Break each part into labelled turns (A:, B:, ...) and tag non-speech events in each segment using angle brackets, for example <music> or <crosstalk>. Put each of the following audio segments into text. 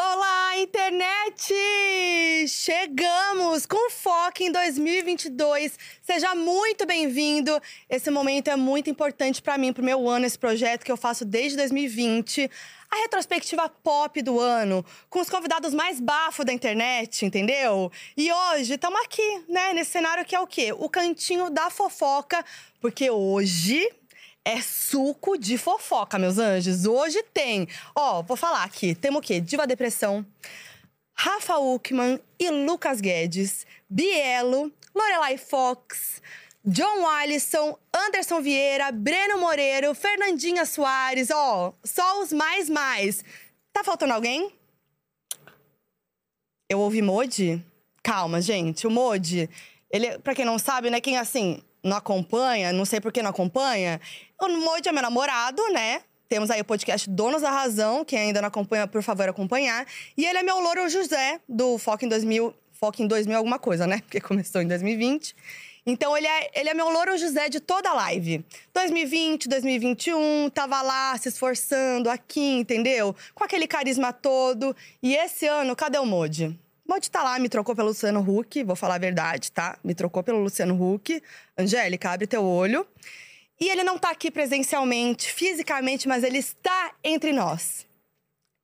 A: Olá, internet! Chegamos com foco em 2022. Seja muito bem-vindo. Esse momento é muito importante para mim, pro meu ano, esse projeto que eu faço desde 2020. A retrospectiva pop do ano, com os convidados mais bafo da internet, entendeu? E hoje estamos aqui, né, nesse cenário que é o quê? O cantinho da fofoca, porque hoje é suco de fofoca, meus anjos. Hoje tem. Ó, vou falar aqui. Temos o quê? Diva Depressão, Rafa Uckman e Lucas Guedes, Bielo, Lorelai Fox, John Alisson, Anderson Vieira, Breno Moreiro, Fernandinha Soares. Ó, só os mais mais. Tá faltando alguém? Eu ouvi Modi? Calma, gente. O Modi, ele, pra quem não sabe, né? Quem assim não acompanha, não sei por que não acompanha. O Modi é meu namorado, né? Temos aí o podcast Donos da Razão. Quem ainda não acompanha, por favor, acompanhar. E ele é meu louro José, do Foco em 2000. Foco em 2000 alguma coisa, né? Porque <laughs> começou em 2020. Então, ele é, ele é meu louro José de toda a live. 2020, 2021, tava lá se esforçando aqui, entendeu? Com aquele carisma todo. E esse ano, cadê o Modi? Modi tá lá, me trocou pelo Luciano Huck, vou falar a verdade, tá? Me trocou pelo Luciano Huck. Angélica, abre teu olho. E ele não tá aqui presencialmente, fisicamente, mas ele está entre nós.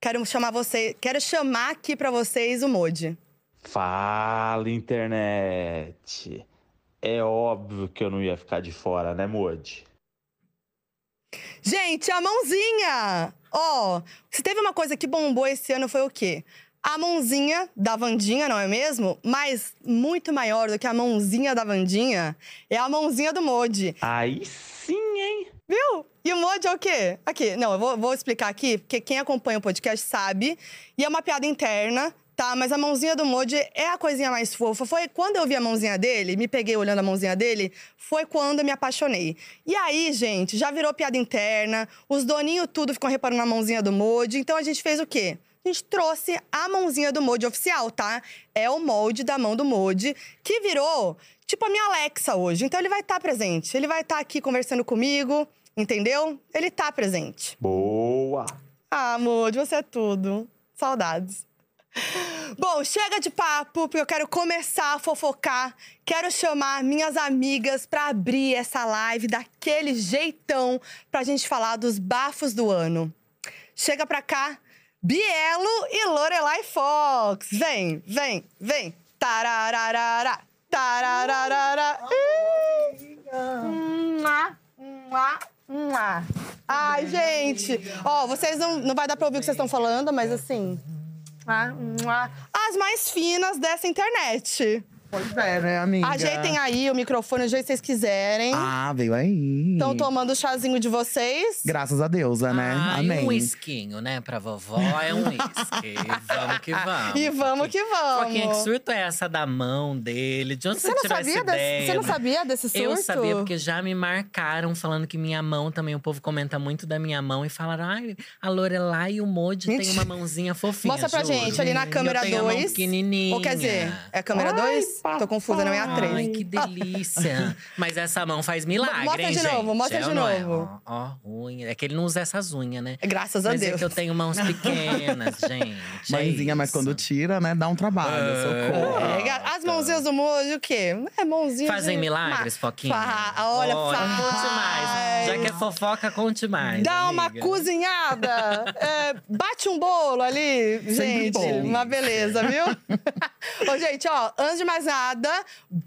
A: Quero chamar você, quero chamar aqui pra vocês o Modi.
B: Fala, internet! É óbvio que eu não ia ficar de fora, né, Modi?
A: Gente, a mãozinha! Ó, se teve uma coisa que bombou esse ano foi o quê? A mãozinha da Vandinha, não é mesmo? Mas muito maior do que a mãozinha da Vandinha é a mãozinha do Modi.
B: Aí sim, hein?
A: Viu? E o Modi é o quê? Aqui, não, eu vou, vou explicar aqui, porque quem acompanha o podcast sabe. E é uma piada interna, tá? Mas a mãozinha do Modi é a coisinha mais fofa. Foi quando eu vi a mãozinha dele, me peguei olhando a mãozinha dele, foi quando eu me apaixonei. E aí, gente, já virou piada interna, os doninhos tudo ficam reparando na mãozinha do Modi. Então a gente fez o quê? A gente trouxe a mãozinha do Modi oficial, tá? É o molde da mão do Modi, que virou tipo a minha Alexa hoje. Então ele vai estar presente. Ele vai estar aqui conversando comigo, entendeu? Ele tá presente.
B: Boa!
A: Ah, amor, você é tudo. Saudades. Bom, chega de papo, porque eu quero começar a fofocar. Quero chamar minhas amigas para abrir essa live daquele jeitão pra gente falar dos bafos do ano. Chega pra cá, Bielo e Lorelai Fox. Vem, vem, vem. Tarararara, tarararara. Mua, mua, mua. Ai, gente. Ó, vocês não, não vai dar pra ouvir o que vocês estão falando, mas assim. Ah, mua. As mais finas dessa internet.
C: Pois é, né, amiga?
A: Ajeitem aí o microfone do jeito que vocês quiserem.
C: Ah, veio aí.
A: Estão tomando o chazinho de vocês.
C: Graças a Deus, né?
D: Ah, e
C: Amém.
D: um whiskinho, né? Pra vovó é um
A: <laughs>
D: whisky. vamos que vamos.
A: E vamos que vamos.
D: Foquinha, que surto é essa da mão dele? De onde
A: Você
D: você,
A: não
D: tirou essa
A: sabia
D: ideia?
A: desse, você não sabia desse surto?
D: Eu sabia, porque já me marcaram falando que minha mão também, o povo comenta muito da minha mão e falaram: ai, a Lorelai e o Modi tem
A: Mentira.
D: uma mãozinha fofinha.
A: Mostra pra
D: juro.
A: gente ali na câmera
D: eu tenho A mão
A: 2.
D: pequenininha.
A: Ou quer dizer, é a câmera 2? Tô confusa, não é a
D: Ai,
A: 3. <laughs>
D: que delícia. Mas essa mão faz milagre,
A: Mostra
D: hein,
A: de novo,
D: gente?
A: mostra
D: É
A: de
D: ou não é?
A: novo.
D: Ó, ó, unha. É que ele não usa essas unhas, né?
A: Graças a
D: Mas é
A: Deus.
D: que eu tenho
A: <laughs>
D: mãos pequenas, gente. é
C: Mãezinha, mas quando
D: te
C: tira, né, dá um trabalho. socorro.
A: É, legal. As mãozinhas do Mojo, o quê? É mãozinha.
D: Ah, então. Fazem
C: né?
A: de-
D: milagres,
A: Ma-
D: Foquinha?
A: Fa- Olha, faz.
D: Conte mais. Já que é fofoca, conte mais.
A: Dá uma
D: amiga.
A: cozinhada, é, bate um bolo ali,
D: um
A: gente,
C: bom.
A: uma Tá, beleza, viu? <laughs> Ô, gente, ó, antes de mais nada,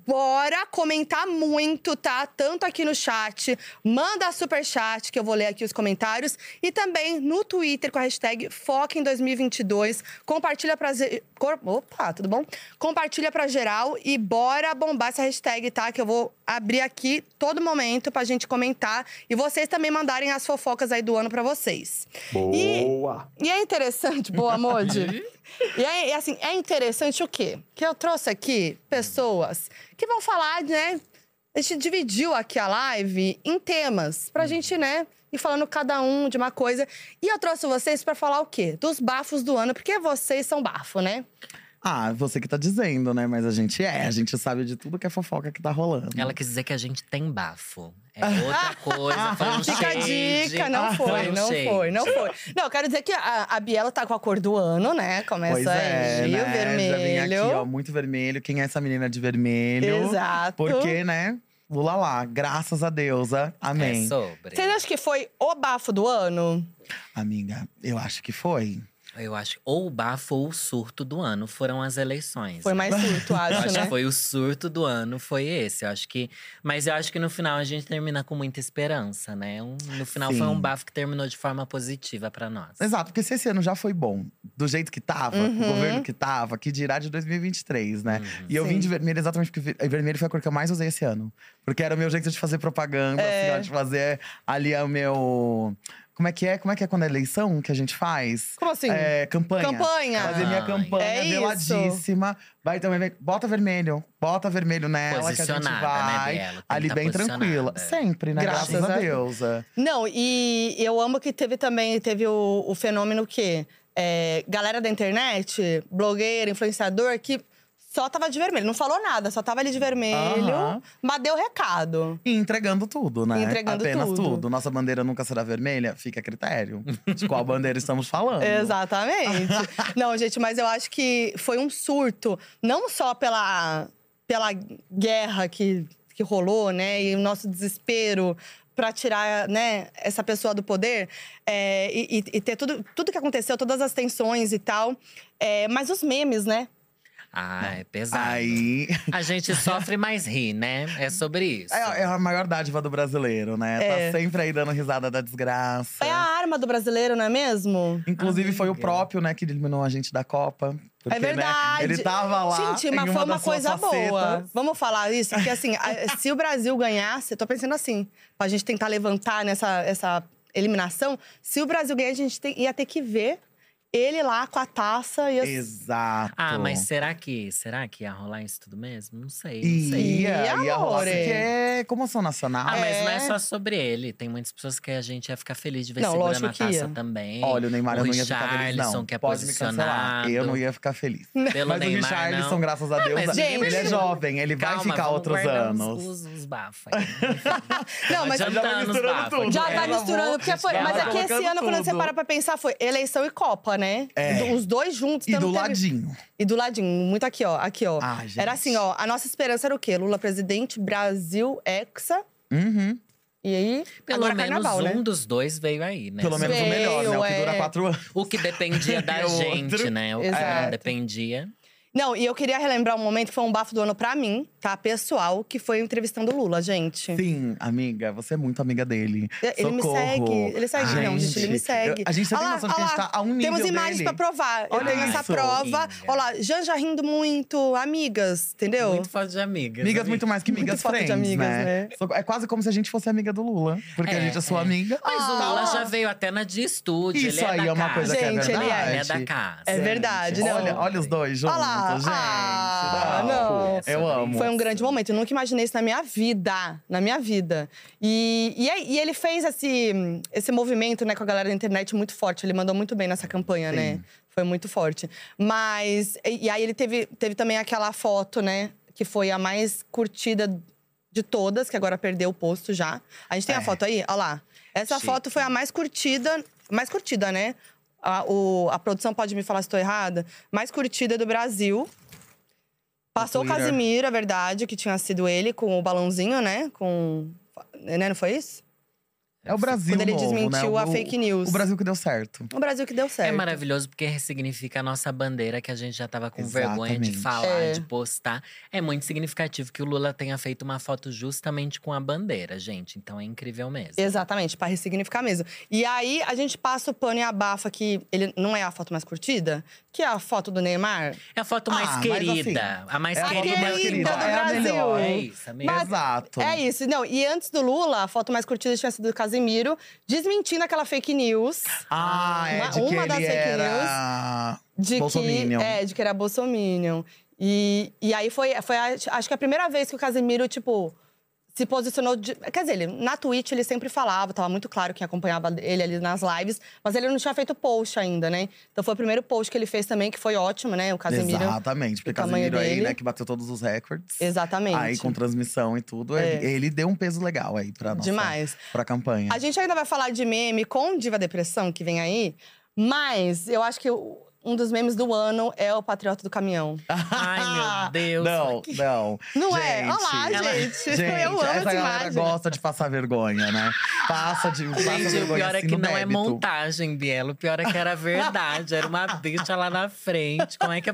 A: bora comentar muito, tá? Tanto aqui no chat, manda super chat que eu vou ler aqui os comentários e também no Twitter com a hashtag Foca em 2022. Compartilha pra ze- cor- Opa, tudo bom? Compartilha pra geral e bora bombar essa hashtag, tá? Que eu vou abrir aqui todo momento pra gente comentar e vocês também mandarem as fofocas aí do ano pra vocês.
B: Boa!
C: <laughs>
A: E é interessante, boa, Modi. E é, é assim, é interessante o quê? Que eu trouxe aqui pessoas que vão falar, né? A gente dividiu aqui a live em temas,
C: Hum.
A: pra gente, né? E falando cada um de uma coisa. E eu trouxe vocês pra falar o quê? Dos bafos do ano, porque vocês são bafo, né?
C: Ah, você que tá dizendo, né? Mas a gente é, a gente sabe de tudo que é fofoca que tá rolando.
D: Ela quis dizer que a gente tem bafo.
A: <laughs>
D: É outra coisa, foi um
A: Fica a
D: shade.
A: dica,
C: Ah,
A: não
D: Foi
A: foi,
D: um
A: não
D: shade.
A: foi, não foi. Não, eu quero dizer que a, a Biela tá com a cor do ano, né? Começa
C: Pois é,
A: aí, o
C: né? Já vem
A: vermelho.
C: aqui, ó, muito vermelho. Quem é essa menina de vermelho?
A: Exato.
C: Porque, né? Lula lá, graças a Deus, a- amém.
D: É sobre.
A: Vocês acham que foi o bafo do ano?
C: Amiga, eu acho que foi.
D: Eu acho. Ou o bafo ou o surto do ano foram as eleições.
A: Foi
D: né?
A: mais surto,
D: Eu
A: acho,
D: acho que
A: né?
C: é.
D: foi o surto do ano, foi esse. Eu acho que. Mas eu acho que no final a gente termina com muita esperança, né? Um- no final foi
C: Sim.
D: um bafo que terminou de forma positiva pra nós.
C: Exato, porque se esse ano já foi bom, do jeito que tava, com
A: Uhum.
C: o governo que tava, que dirá de 2023, né?
D: Uhum.
C: E eu
A: Sim.
C: vim de vermelho exatamente porque ver- vermelho foi a cor que eu mais usei esse ano. Porque era o meu jeito de fazer propaganda,
A: É.
C: assim, ó, de fazer ali o meu. Como é que é? Como é que é quando é eleição que a gente faz?
A: Como assim?
C: É, campanha.
A: Campanha.
C: Fazer
D: Ah,
C: minha campanha
A: É isso.
C: veladíssima. Vai também, ver- bota vermelho. Bota vermelho nela que a gente
D: Posicionada,
C: vai.
D: né, Bielo? Tem que
C: ali
D: tá
C: bem tranquila.
D: posicionada.
C: Sempre, né?
A: Graças
C: Graças,
A: a
C: a Deus. é.
A: Não, e eu amo que teve também, teve o, o fenômeno que é, galera da internet, blogueiro, influenciador, que só tava de vermelho. Não falou nada, só tava ali de vermelho,
C: Aham.
A: mas deu recado.
C: E entregando tudo, né?
A: Entregando
C: Apenas
A: tudo.
C: tudo. Nossa bandeira nunca será vermelha, fica a critério. De qual bandeira estamos falando.
A: Exatamente. não, gente, mas eu acho que foi um surto, não só pela, pela guerra que, que rolou, né, e o nosso desespero para tirar né, essa pessoa do poder é, e, e- e ter tudo, tudo que aconteceu, todas as tensões e tal, é, mas os memes, né?
D: Ah, é pesado.
C: Aí
D: A gente sofre, mas ri, né? É sobre
C: <laughs>
D: isso.
C: é, é a maior dádiva do brasileiro, né?
A: É.
C: Tá sempre aí dando risada da desgraça.
A: É a arma do brasileiro, não é mesmo?
C: Inclusive, foi o
D: Amiga.
C: próprio, né, que eliminou a gente da Copa. Porque,
A: é
C: né,
A: verdade.
C: ele tava lá.
A: Gente,
C: em
A: mas
C: uma
A: foi uma
C: das suas
A: coisa
C: facetas.
A: boa. Vamos falar isso? Porque assim, a- <laughs> se o Brasil ganhasse, eu tô pensando assim, pra gente tentar levantar nessa essa eliminação, se o Brasil ganhar, a gente tem- ia ter que ver ele lá com a taça e as...
C: Exato.
D: Ah, mas será que será que ia rolar isso tudo mesmo? Não sei, não sei.
C: Ia,
A: Ih,
C: ia rolar.
A: amore.
C: Porque é comoção nacional.
D: Ah, mas não
A: É.
D: é só sobre ele. Tem muitas pessoas que a gente ia ficar feliz de ver
A: Não,
D: segurando
A: lógico
D: a
A: que ia.
D: taça também.
C: Olha, o Neymar eu
D: o
C: não ia ficar feliz, não.
D: Richarlison, que é
C: Pode me cancelar.
D: posicionado.
C: Eu não ia ficar feliz.
D: Pelo
C: mas
D: Neymar,
C: o Richarlison,
D: não.
C: graças a Deus,
D: mas
A: gente,
C: ele é jovem. Ele vai
D: Calma,
C: ficar
D: vamos
C: outros
D: guardar uns-
C: anos.
D: Os, os bafos. aí.
A: Não, mas
D: já
C: já vai
D: tá nos
C: misturando
D: bafos.
C: tudo.
A: já
C: É,
A: tá
C: amor,
A: misturando, porque foi.
D: vai
A: Mas é que esse
C: colocando
A: ano, quando você
C: tudo.
A: para pra pensar, foi eleição e Copa, né?
C: É.
A: Os dois juntos.
C: E
A: então
C: do
A: não teve-
C: ladinho.
A: E do ladinho, muito aqui, ó. Aqui, ó.
C: Ah, gente.
A: Era assim, ó. A nossa esperança era o quê? Lula presidente, Brasil, Hexa.
C: Uhum.
D: Né?
A: E aí,
D: Pelo
A: agora
D: menos
A: carnaval,
D: um
A: né?
D: dos dois veio aí, né?
C: Pelo menos o melhor, né? O que
A: Veio, é.
C: dura quatro anos.
D: O que dependia
A: <laughs>
D: da
C: E o
D: gente,
C: outro.
D: né? O que
A: Exato.
D: não dependia.
A: Não, e eu queria relembrar um momento que foi um bafo do ano pra mim, tá? Pessoal, que foi eu entrevistando o Lula, gente.
C: Sim, amiga, você é muito amiga dele.
A: Ele me
C: Socorro.
A: segue, ele segue, não, gente, ele me segue.
C: eu- a gente você
A: Ah
C: tem
A: lá,
C: noção de
A: ah
C: que a gente
A: lá,
C: tá a um nível
A: Temos imagens
C: dele.
A: pra provar. eu
C: Olha
A: tenho essa
C: isso.
A: prova.
D: Amiga.
A: Olha lá, Janja rindo muito, amigas, entendeu?
D: Muito foto de amigas.
C: Amigas muito mais que
A: Muito
C: amigas
A: foto de
C: friends,
A: amigas,
C: né?
A: né?
C: Socorro. É quase como se a gente fosse amiga do Lula. Porque a
D: É,
C: gente é sua
D: é.
C: amiga.
D: Mas o
A: Ah.
D: Lula já veio até na de estúdio.
C: Isso
D: ele é
C: aí
D: da
C: é uma
D: casa.
C: coisa
A: que é Gente, ele é.
D: Ele é da casa.
A: É verdade, não.
C: tá. Olha, olha os dois juntos,
A: Olha lá.
C: gente.
A: Ah,
C: Uau.
A: não.
C: Eu amo.
A: Foi um grande momento. Eu nunca imaginei isso na minha vida. Na minha vida. E, e, aí- e ele fez esse, esse movimento né, com a galera da internet muito forte. Ele mandou muito bem nessa campanha, né? Foi muito forte. Mas. E, e aí ele teve, teve também aquela foto, né? Que foi a mais curtida de todas, que agora perdeu o posto já. A gente tem a
C: É.
A: foto aí? Olha lá. Essa
D: Chique.
A: foto foi a mais curtida. Mais curtida, né? A, o- a produção pode me falar se estou errada. Mais curtida do Brasil. Passou o
C: Twitter.
A: Casimiro, é verdade, que tinha sido ele, com o balãozinho, né? Com. Né, não foi isso?
C: É o Brasil
A: Quando ele
C: novo,
A: desmentiu
C: né? O-
A: a fake news.
C: O Brasil que deu certo.
A: O Brasil que deu certo.
D: É maravilhoso porque ressignifica a nossa bandeira que a gente já tava com vergonha de
C: Exatamente.
D: falar,
A: É.
D: de postar. É muito significativo que o Lula tenha feito uma foto justamente com a bandeira, gente. Então é incrível mesmo.
A: Exatamente, para ressignificar mesmo. E aí a gente passa o pano e abafa que ele não é a foto mais curtida, que é a foto do Neymar.
D: É a foto mais
C: Ah, mas
D: querida. a mais
C: é a foto
D: querida,
C: mais querida
D: é
C: do
D: a
C: Brasil.
D: melhor. É isso, amiga.
C: Exato.
A: É isso. Não, e antes do Lula, a foto mais curtida tinha sido do Casimiro, desmentindo aquela fake news.
C: Ah, é
A: Uma-
C: de que
A: uma das
C: ele
A: fake
C: era...
A: De
C: Bolsominion.
A: que, é, de que era Bolsominion. E, e aí foi, foi a- acho que a primeira vez que o Casimiro, tipo, se posicionou. de- quer dizer, ele, na Twitch ele sempre falava, tava muito claro quem acompanhava ele ali nas lives, mas ele não tinha feito post ainda, né? Então foi o primeiro post que ele fez também, que foi ótimo, né? O Casimiro.
C: Exatamente, porque
A: o tamanho
C: Casimiro aí,
A: dele.
C: né, que bateu todos os recordes.
A: Exatamente.
C: Aí com transmissão e tudo,
A: É.
C: ele, ele deu um peso legal aí pra nossa,
A: Demais.
C: pra campanha.
A: A gente ainda vai falar de meme com Diva Depressão, que vem aí, mas eu acho que o- um dos memes do ano é o Patriota do Caminhão. <laughs>
D: Ai, meu Deus.
C: ah, Não, não.
A: Não é? Olha lá,
C: Gente,
D: Ela-
A: gente. <laughs>
C: Gente,
A: eu amo
C: essa
A: essa
C: galera
A: imagem.
C: gosta de passar vergonha, né? Passa de passa
D: Gente,
C: vergonha
D: o pior é
C: assim
D: que
C: no
D: não é
C: débito.
D: montagem, Bielo. O pior é que era verdade. Era uma bicha lá na frente. Como é que é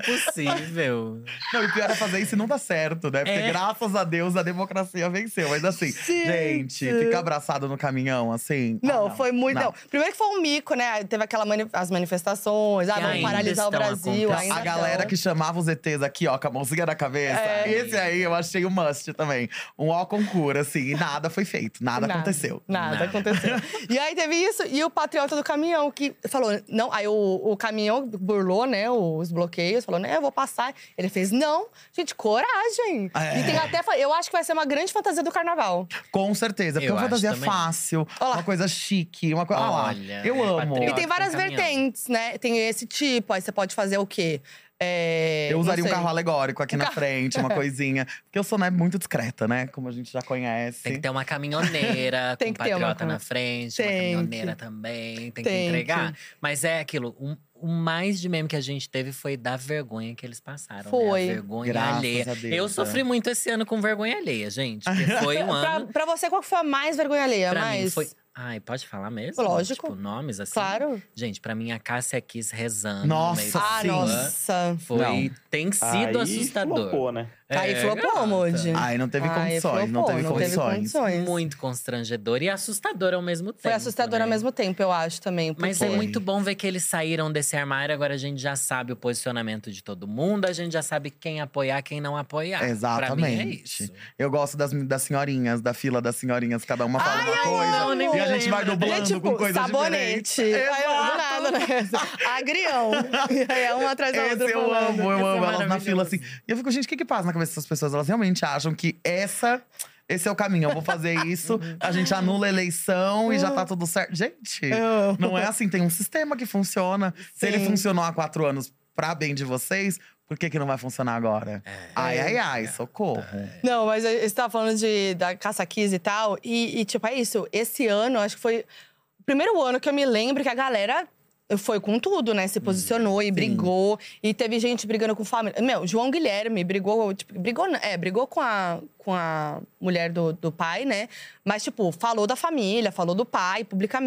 D: possível?
C: Não, e o pior é fazer isso e não dá certo, né? Porque
D: É.
C: graças a Deus a democracia venceu. Mas assim, gente, ficar abraçado no caminhão, assim… ah,
A: Não, foi muito.
C: não.
A: não. Primeiro que foi um mico, né? Teve aquela mani- as manifestações, ah,
D: Que
A: vão
D: ainda
A: paralisar o
D: estão
A: Brasil.
D: acontecendo.
A: Ainda
C: A galera
A: estão.
C: que chamava os ETs aqui, ó, com a mãozinha na cabeça.
A: É.
C: Esse aí eu achei o must também. Um ó concura, assim, e nada foi feito, nada, aconteceu.
A: Nada,
D: Nada. <laughs>
A: aconteceu. e aí teve isso, e o patriota do caminhão que falou, não, aí o, o caminhão burlou, né, os bloqueios, falou, né, eu vou passar. Ele fez, não, gente, coragem.
C: É.
A: E tem até, fa- eu acho que vai ser uma grande fantasia do carnaval.
C: Com certeza, porque
D: Eu
C: uma
D: acho
C: fantasia
D: também.
C: fácil,
A: Olha lá.
C: uma coisa chique, uma coisa. Olha,
D: Olha,
C: eu
D: é
C: amo.
D: patriota.
A: E tem
D: do
A: várias
D: caminhão.
A: vertentes, né, tem esse tipo, aí você pode fazer o quê? É,
C: Eu
A: não
C: usaria um
A: sei.
C: carro alegórico aqui na
A: <laughs>
C: frente, uma coisinha. Porque eu sou né, muito discreta, né? Como a gente já conhece.
D: Tem que ter
C: <laughs>
D: uma caminhoneira
A: Tem que
D: com
A: ter uma
D: patriota
A: cam-
D: na frente, uma
A: Tem que.
D: caminhoneira também, tem que
A: Tem
D: entregar. Mas é aquilo, um- o mais de meme que a gente teve foi da vergonha que eles passaram.
A: Foi.
D: Né? A vergonha
C: Graças
D: alheia.
C: a Deus, é.
D: Eu sofri muito esse ano com vergonha alheia, gente.
C: <laughs>
D: Porque foi um
A: Pra,
D: ano.
A: pra você, qual que foi a mais vergonha alheia?
D: Pra
A: mais...
D: mim foi. assim. Ai, pode falar mesmo?
A: Lógico.
D: Tipo, nomes assim.
A: Claro.
D: Gente, pra mim, a Cássia Kiss rezando.
C: Nossa,
D: no meio do
A: Ah,
C: Sim.
D: samba
A: nossa.
D: Foi, tem
B: Aí
D: sido assustador.
B: flopou, né?
A: Aí
D: É,
A: flopou, um
D: gata.
A: Moody.
C: Ai, não Ah, teve
A: Ai,
C: condições, não
A: flopou,
C: teve condições.
D: Muito constrangedor e assustador ao mesmo tempo.
A: Foi assustador
D: né?
A: ao mesmo tempo, eu acho também. Porque...
D: Mas é
C: Foi.
D: muito bom ver que eles saíram desse armário. Agora a gente já sabe o posicionamento de todo mundo, a gente já sabe quem apoiar, quem não apoiar. Ah, Pra mim é
C: Exatamente.
D: isso.
C: eu gosto das, das senhorinhas, da fila das senhorinhas, cada uma fala uma
A: eu
C: coisa.
A: amo!
C: e a gente vai
D: Gente,
A: E é
C: dublando
A: tipo,
C: com coisa
A: sabonete.
C: diferente.
A: Aí eu amo nada, né?
C: <laughs>
A: Agrião. E aí é um atrás da outra
C: Esse eu
A: falando.
C: amo, eu
D: Esse é
C: amo elas na
D: maravilhoso.
C: fila assim. E eu fico, gente, o que que passa na cabeça dessas pessoas? Elas realmente acham que essa… Esse é o caminho, eu vou fazer isso, a gente anula a eleição e já tá tudo certo. Gente,
A: Eu amo.
C: não é assim, tem um sistema que funciona. Se ele
A: Sim.
C: funcionou há quatro anos pra bem de vocês, por que que não vai funcionar agora? Ai, ai, ai, socorro.
A: Não, mas eu- você tava falando de, da caça Kiss e tal. E, e, tipo, é isso. Esse ano, acho que foi o primeiro ano que eu me lembro que a galera foi com tudo, né? Se
C: Hum,
A: posicionou e brigou. E teve gente brigando com família. Meu, João Guilherme brigou, tipo, brigou, não, é, brigou com a, com a mulher do, do pai, né? Mas, tipo, falou da família, falou do pai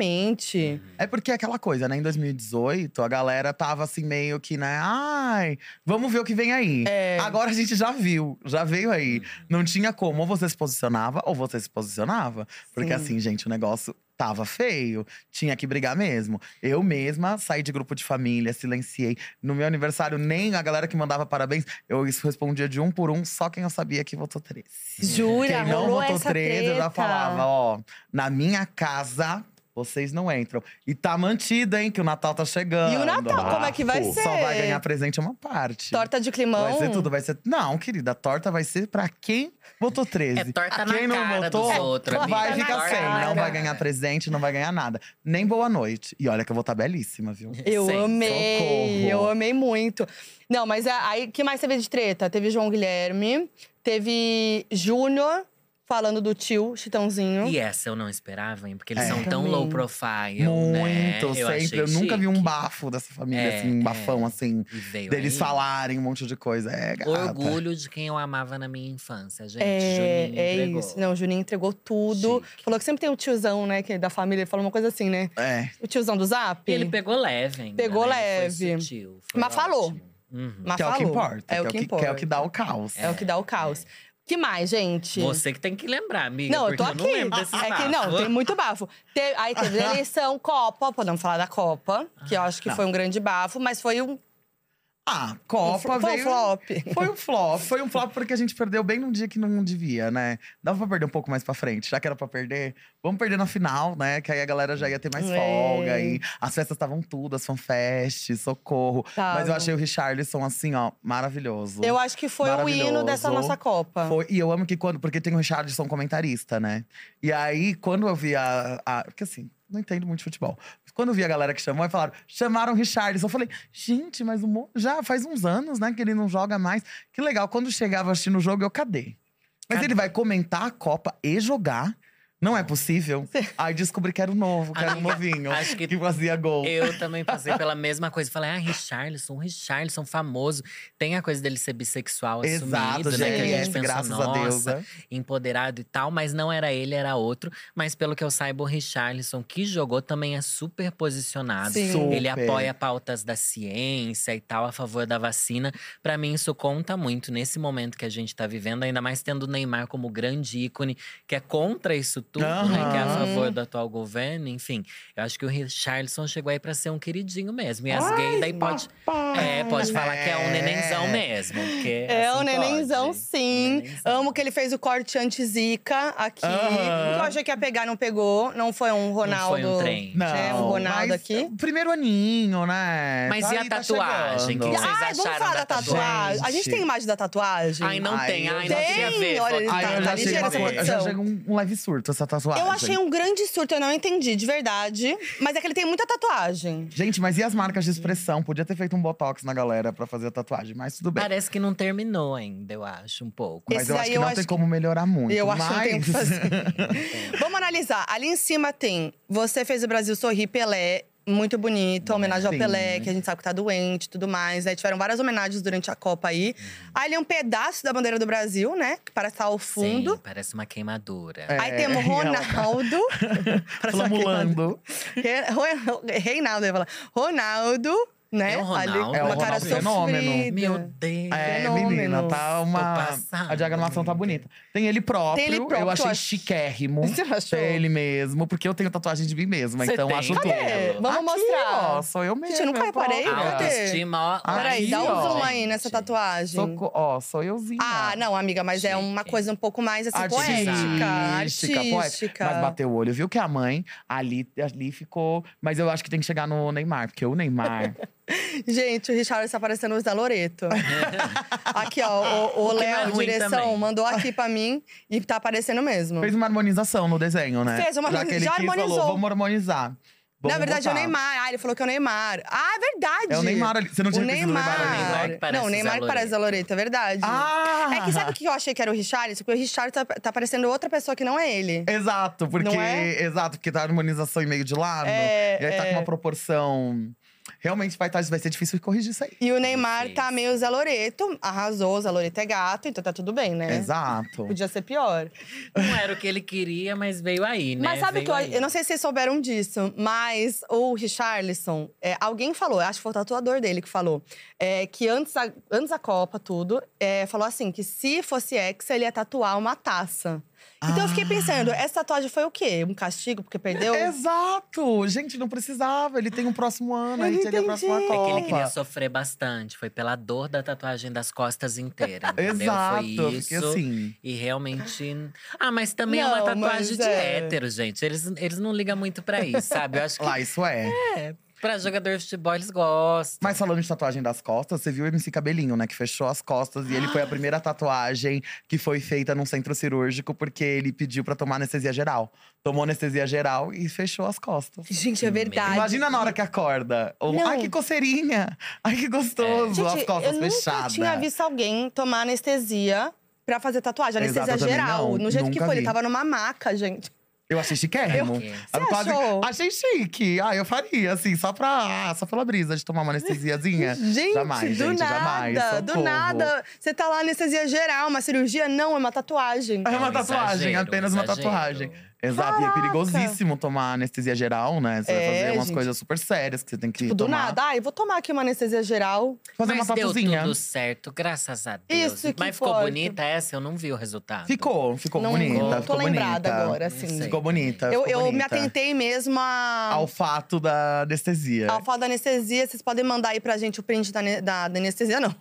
A: publicamente.
C: É porque é aquela coisa, né? Em 2018, a galera tava assim, meio que, né? Ai, vamos ver o que vem aí. Agora a gente já viu, já veio aí. Não tinha como, ou você se posicionava, ou você se posicionava. Porque
A: Sim.
C: assim, gente, o negócio tava feio. Tinha que brigar mesmo. Eu mesma saí de grupo de família, silenciei. No meu aniversário, nem a galera que mandava parabéns, eu isso respondia de um por um, só quem eu sabia que votou 13.
A: Jura,
C: Quem não
A: é, rolou
C: votou
A: essa
C: 13, eu
A: treta.
C: já falava, ó, na minha casa vocês não entram. E tá mantido, hein, que o Natal tá chegando. Ah,
A: E o Natal, como é que vai
B: Bafo.
A: ser?
C: Só vai ganhar presente é uma parte.
A: Torta de climão?
C: Vai ser tudo, vai ser. Não, querida, a torta vai ser pra quem votou 13.
D: É torta na
C: quem não
D: cara
C: votou,
D: dos outros, amiga.
C: vai
A: Torta na
C: ficar sem.
A: cara.
C: Não vai ganhar presente, não vai ganhar nada. Nem boa noite. E olha que eu vou estar belíssima, viu?
A: Eu
D: Sim,
A: amei,
C: socorro.
A: eu amei muito. Não, mas a- aí, que mais teve de treta? Teve João Guilherme, teve Júnior falando do tio, Chitãozinho.
D: E essa eu não esperava, hein? Porque eles
C: É.
D: são tão
A: Também.
D: low profile. né?
C: Muito, sempre.
D: achei
C: Eu nunca vi um
D: chique.
C: bafo dessa família,
D: É,
C: assim, um
D: é.
C: bafão, assim.
D: E veio
C: Deles
D: aí.
C: falarem um monte de coisa. É, gata.
D: Orgulho de quem eu amava na minha infância, gente.
A: É,
D: Juninho
A: é
D: entregou.
A: isso. Não, o Juninho entregou tudo.
D: Chique.
A: Falou que sempre tem o tiozão, né, que é da família. Ele falou uma coisa assim, né?
C: É.
A: O tiozão do Zap.
D: E ele pegou leve ainda,
A: Pegou
D: né? Ele foi
A: leve.
D: sutil, foi
A: Mas falou.
D: ótimo. Uhum.
A: Mas
C: que é o que
A: falou.
C: importa.
A: É o que, importa.
C: é o que dá o caos.
A: É o que dá o caos. Que mais, gente?
D: Você que tem que lembrar, amiga.
A: Não, eu
D: porque
A: tô aqui.
D: não lembro desses
A: é que
D: bafos.
A: não, tem muito bafo. Te- aí
D: <laughs>
A: teve
D: Tá.
A: eleição, Copa, podemos falar da Copa, que eu acho que foi um grande bafo, mas foi um
C: Ah,
A: Foi um
C: Copa
A: flo- foi um
C: veio…
A: flop.
C: Foi um flop. Foi um flop porque a gente perdeu bem num dia que não devia, né? Dava pra perder um pouco mais pra frente. Já que era pra perder, vamos perder na final, né? Que aí a galera já ia ter mais
A: É.
C: folga. E as festas estavam tudo, as fanfests, socorro. Mas eu
A: Tava.
C: achei o Richarlison, assim, ó, maravilhoso.
A: Eu acho que foi o hino
C: Hum. Maravilhoso.
A: dessa nossa Copa.
C: Foi- e eu amo que quando. Porque tem o Richardson comentarista, né? E aí, quando eu vi a. a- porque assim, não entendo muito de futebol. Quando eu vi a galera que chamou, aí falaram, chamaram o Richardson. Eu falei, gente, mas o Mo já faz uns anos, né, que ele não joga mais. Que legal. Quando chegava assistindo o jogo, eu cadê? Mas ele vai comentar a Copa e jogar. Não é possível. Aí descobri que era o novo, que era o
D: Amiga,
C: novinho.
D: Ah, acho que- é
C: que fazia gol.
D: Eu também passei pela mesma coisa. Falei, ah, Richarlison, Richarlison, famoso. Tem a coisa dele ser bissexual
C: Exato,
D: assumido, né? Que a gente
C: gente.
D: pensa,
C: Graças a Deus.
D: nossa,
C: né?
D: empoderado e tal. Mas não era ele, era outro. Mas pelo que eu saiba, o Richarlison, que jogou, também é super posicionado.
A: Sim.
D: Ele
C: Super.
D: apoia pautas da ciência e tal, a favor da vacina. Pra mim, isso conta muito nesse momento que a gente tá vivendo, ainda mais tendo o Neymar como grande ícone, que é contra isso tudo, né? Que é a
C: Aham.
D: favor do atual governo, enfim. Eu acho que o Richarlison chegou aí pra ser um queridinho mesmo. E as gays daí pode. É, pode falar que é um nenenzão
C: É.
D: mesmo. Porque
A: É,
D: assim
A: o nenenzão,
D: pode.
A: sim.
D: Nenenzão.
A: Amo que ele fez o corte anti-zica aqui.
C: Aham.
A: Eu achei que ia pegar, não pegou. Não foi um
D: Não
A: Ronaldo.
D: foi um trem.
C: Não,
A: né, o Ronaldo
C: mas
A: aqui.
C: o Primeiro aninho, né?
D: Mas
C: Tá
D: e a
C: ali, tá
D: tatuagem?
C: chegando.
D: que vocês
A: Ai, vamos
D: acharam
A: falar
D: da
A: da tatuagem. A gente
C: tatuagem?
A: tem imagem da tatuagem?
D: Ai, não
C: Ai,
D: tem.
C: eu
D: Ai,
C: já-
D: não queria
A: Tem,
D: ver.
A: olha,
D: foto.
A: tá-
C: Ai,
D: Ai,
C: eu
D: não
C: já
A: tá
C: achei
D: queria
A: ligeira
C: uma
D: ver.
A: essa
C: coisa- eu já
A: condição.
C: achei um, um leve surto essa tatuagem.
A: Eu achei um grande surto, eu não entendi, de verdade. Mas é que ele tem muita tatuagem.
C: Gente, mas e as marcas de expressão? Podia ter feito um botox na galera pra fazer a tatuagem, mas tudo bem.
D: Parece que não terminou ainda, eu acho, um pouco.
C: mas
A: Esse
C: eu
A: daí
C: acho que
A: eu
C: não
A: acho
C: tem
A: que-
C: como melhorar muito.
A: Eu acho
C: mas...
A: que não tem o que fazer. Vamos analisar. Ali em cima tem Você fez o Brasil sorrir, Pelé. Muito bonito, a homenagem ao
C: Sim.
A: Pelé, que a gente sabe que tá doente e tudo mais, né? Tiveram várias homenagens durante a Copa aí. Aí Ali é um pedaço da bandeira do Brasil, né? Que parece estar ao fundo.
D: Sim, parece uma queimadura.
C: É.
A: Aí temos Ronaldo.
C: <laughs>
A: Parece uma
C: Flamulando.
A: Re- Ro- Reinaldo, eu ia falar. Ronaldo, né?
D: É o Ronaldo.
A: Ali,
D: É o
A: uma cara
D: Ronaldo
C: fenômeno.
D: Meu
A: sofrida.
D: Deus.
C: É,
A: Fenômeno.
C: menina, tá uma.
D: Tô passada,
C: A diagramação tá
D: amiga.
C: bonita. Tem ele próprio,
A: Tem ele próprio,
C: eu achei
A: eu acho.
C: chiquérrimo.
A: Você achou?
C: Tem ele mesmo, porque eu tenho tatuagem de mim mesma,
D: Você
C: então
D: tem?
C: acho
D: Cadê?
C: tudo.
A: Vamos
C: Aqui,
A: mostrar.
C: Ó, sou eu mesmo.
A: nunca reparei, cadê?
D: Autoestima, ó. lá
A: Peraí,
C: Aí,
D: em
A: dá um
D: cima,
C: ó.
A: zoom aí nessa
D: gente.
A: tatuagem.
C: ó, sou euzinha.
A: Ah, não, amiga, mas é uma
D: Chique.
A: coisa um pouco mais assim, poética,
C: Artística,
A: artística.
C: poética. Mas bateu o olho, viu que a mãe ali, ali ficou. Mas eu acho que tem que chegar no Neymar, porque o
A: <laughs>
C: Neymar.
A: Gente, o Richard está parecendo o da
D: <laughs>
A: Loreto. aqui, ó, o, o
D: O que não é
A: Léo,
D: ruim
A: direção,
D: também.
A: mandou aqui pra mim e tá aparecendo mesmo.
C: fez uma harmonização no desenho, né?
A: Fez uma
C: Já que ele
A: já
C: quis,
A: harmonizou.
C: Falou, Vamos harmonizar.
A: Na
C: Vamos
A: verdade, é o
C: botar."
A: Neymar. Ah, ele falou que é o Neymar. Ah, é verdade!
C: É o Neymar ali. Você não tinha
A: o
C: reconhecido
A: Neymar.
C: o Neymar
D: Neymar
C: ali,
D: que
C: né?
D: parece
A: Não, o Neymar que
D: Zé
A: parece a Loreto, é verdade.
C: Ah!
A: É que sabe o que eu achei que era o Richard? Porque o Richard tá, tá parecendo outra pessoa que não é ele.
C: <laughs> Exato, porque.
A: Não é?
C: Exato, porque tá a harmonização e meio de lado.
A: É,
C: e aí
A: é.
C: tá com uma proporção. Realmente vai, tá, vai ser difícil corrigir isso aí.
A: E o Neymar
D: Difícil.
A: tá meio Zé Loreto, arrasou, o Zé Loreto é gato, então tá tudo bem, né?
C: Exato.
A: Podia ser pior.
D: Não era o que ele queria, mas veio aí, né?
A: Mas sabe
D: Veio
A: que eu,
D: aí.
A: eu não sei se vocês souberam disso, mas o Richarlison, é, alguém falou, acho que foi o tatuador dele que falou, é, que antes da, antes da Copa, tudo, é, falou assim: que se fosse Hexa, ele ia tatuar uma taça. Então eu
C: Ah.
A: fiquei pensando, essa tatuagem foi o quê? Um castigo porque
C: <laughs>
A: perdeu?
C: Exato! Gente, não precisava. Ele tem um próximo ano,
A: Eu
C: ele
A: não
C: teria a próxima
A: entendi.
C: Copa.
A: É
D: Que ele queria sofrer bastante. Foi pela dor da tatuagem das
A: <laughs>
D: costas inteiras. entendeu?
C: Exato,
D: Foi
C: porque
D: isso.
C: assim.
D: E realmente. Ah, mas também é uma
A: Não,
D: tatuagem
A: mas
D: de
A: é.
D: hétero, gente. Eles, eles não ligam muito pra isso, sabe? Eu acho que
C: Lá, isso é.
D: é. Pra jogador de futebol, eles gostam.
C: Mas falando de tatuagem das costas, você viu o MC Cabelinho, né? Que fechou as costas e ele foi a primeira tatuagem que foi feita num centro cirúrgico porque ele pediu pra tomar anestesia geral. Tomou anestesia geral e fechou as costas.
A: Gente, é verdade.
C: Imagina na hora que acorda. Ou,
A: Não. É.
C: Ai, que coceirinha! Ai, que gostoso!
A: Gente,
C: as costas
A: eu nunca
C: fechadas.
A: tinha visto alguém tomar anestesia pra fazer tatuagem. Anestesia
C: Exato, eu também
A: geral.
C: não,
A: no jeito que
C: nunca
A: foi, ele
C: vi.
A: tava numa maca, gente.
C: Eu achei chiquérrimo.
D: Eu-
C: Eu
A: Você achou?
C: Achei chique. Ah, eu faria, assim, só pra… ah, Só pela brisa de tomar uma
A: <laughs>
C: anestesiazinha.
A: Gente,
C: jamais,
A: do
C: gente,
A: nada,
C: jamais.
A: do
C: socorro.
A: nada. Você tá lá anestesia geral, uma cirurgia não, é uma tatuagem.
C: É uma
D: um
C: tatuagem,
D: exagero,
C: apenas
D: um
C: uma
D: exagero.
C: tatuagem. Exato, e é
A: Caraca!
C: perigosíssimo tomar anestesia geral, né? Você vai
A: É,
C: fazer umas
A: gente.
C: coisas super sérias que você tem que
A: Tipo, do
C: tomar.
A: nada. Ai, vou tomar aqui uma anestesia geral.
C: Fazer
D: Mas
C: uma
D: deu
C: tatuzinha.
D: tudo certo, graças a Deus.
A: Isso que
D: Mas ficou
A: importa.
D: bonita essa? Eu não vi o resultado.
C: Ficou, ficou
A: não,
C: bonita,
A: não tô
C: ficou
A: lembrada
C: bonita.
A: agora,
D: Não
A: assim.
D: sei.
C: Ficou bonita,
A: Eu,
C: ficou
A: eu me
C: bonita.
A: atentei mesmo a.
C: Ao fato da anestesia.
A: Ao fato da anestesia, vocês podem mandar aí pra gente o print da, ane- da- da anestesia,
C: <laughs>
A: não.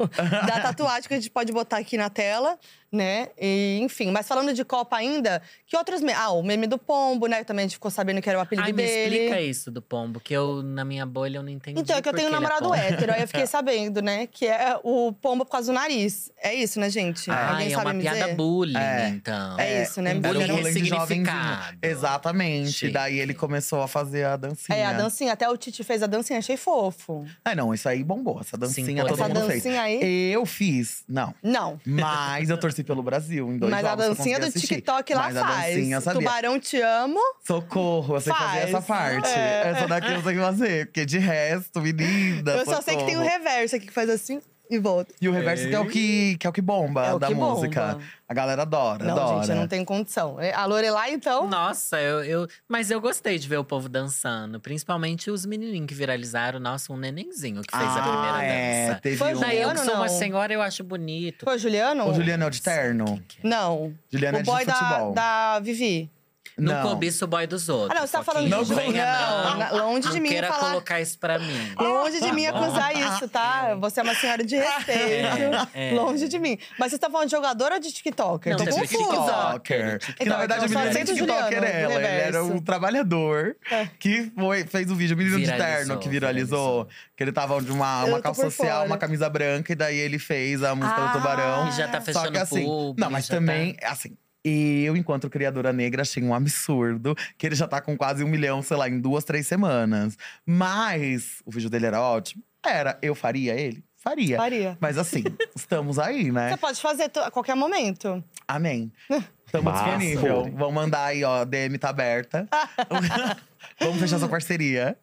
A: da tatuagem que a gente pode botar aqui na tela, né? E, enfim, mas falando de Copa ainda, que outros. Me... Ah, o meme do pombo, né? Também a gente ficou sabendo que era o apelido
D: Ai, me
A: dele.
D: explica isso do pombo, que eu, na minha bolha, eu não entendi.
A: Então, é que eu
D: por
A: tenho um
D: ele
A: namorado
D: pombo.
A: hétero, aí eu
C: <laughs>
A: fiquei sabendo, né? Que é o pombo por causa do nariz. É isso, né, gente?
C: Ah,
D: Ai,
A: Alguém
D: é
A: sabe
D: uma
A: me
D: piada
A: dizer?
D: bullying,
C: É.
D: então.
A: É isso, né?
C: Era
A: Me
C: um
D: Bullying
A: fizeram-
D: é
C: bullying de jovenzinho.
D: significado.
C: Exatamente.
D: Chique.
C: Daí ele começou a fazer a dancinha.
A: É, a dancinha. Até o Titi fez a dancinha, achei fofo.
C: Ah, não, isso aí bombou. Essa dancinha
D: Sim,
C: todo
D: essa
C: mundo fez.
A: dancinha aí?
C: Eu fiz, não.
A: Não.
C: Mas eu torci pelo Brasil em dois
A: Mas a
C: jogos que eu
A: dancinha do
C: consegui assistir.
A: TikTok lá
C: Mas A
A: faz.
C: dancinha eu sabia.
A: Tubarão te amo.
C: Socorro, eu sei fazer
A: Faz.
C: essa parte.
A: É.
C: Essa daqui eu sei fazer. Porque de resto, menina,
A: Eu só sei que tem o
C: socorro.
A: reverso aqui que faz assim e volta.
C: E o reverso que é o que, que, é o que bomba
A: É o
C: da
A: que bomba.
C: música. A galera adora, né?
A: Não,
C: adora.
A: gente, eu não tenho condição. A Lorelai, então.
D: Nossa, eu, eu. Mas eu gostei de ver o povo dançando. Principalmente os menininhos que viralizaram. Nossa, um nenenzinho que fez a primeira
C: ah, é,
D: dança.
C: teve
A: Foi
C: um…
D: Daí eu que
A: Juliano,
D: sou uma
A: não.
D: senhora, eu acho bonito.
A: Foi o Juliano?
C: O Juliano é o de terno?
A: Não.
C: Juliano
A: o
C: é
A: boy
C: de
A: da,
C: futebol.
A: da Vivi.
D: Não,
C: Não.
D: cobiça o boy dos outros.
A: Ah, não, você tá
D: Foquinha.
A: falando
C: de Juliano.
D: venha,
A: Não, longe de
D: Não
A: mim
D: queira
A: falar-
D: colocar isso pra mim.
A: Longe de mim
D: Tá bom.
A: acusar isso, tá? Você é uma senhora de <laughs> respeito.
D: É, é.
A: Longe de mim. Mas vocês estão falando de jogador ou de TikToker?
D: Não,
A: Tô
D: de
A: confusa.
C: TikToker. Que
A: Então,
C: na verdade
A: eu
C: o menino
A: só
C: era
A: sei do
C: TikToker
A: Juliano,
C: era ela.
A: do
C: Ele era
A: reverso.
C: um trabalhador
A: É.
C: que foi, fez um vídeo, menino de
D: Viralizou,
C: terno, que viralizou.
D: viralizou.
C: Que ele tava de uma,
A: Eu
C: uma
A: tô
C: calça
A: por
C: social,
A: fora.
C: uma camisa branca, e daí ele fez a música
A: Ah.
C: do tubarão.
D: E já tá
C: Só
D: fechando
C: que assim.
D: público,
C: não, mas
D: já
C: também,
D: tá-
C: assim. Eu, enquanto criadora negra, achei um absurdo que ele já tá com quase um milhão, sei lá, em duas, três semanas. Mas o vídeo dele era ótimo. Era, eu faria ele? Faria.
A: Faria. <laughs>
C: Mas assim, estamos aí, né?
A: Você pode fazer to- a qualquer momento. <laughs>
C: Amém. Estamos
B: Bafo.
C: disponível. Vão mandar aí, ó. DM
A: <laughs>
C: tá aberta. Vamos fechar essa parceria.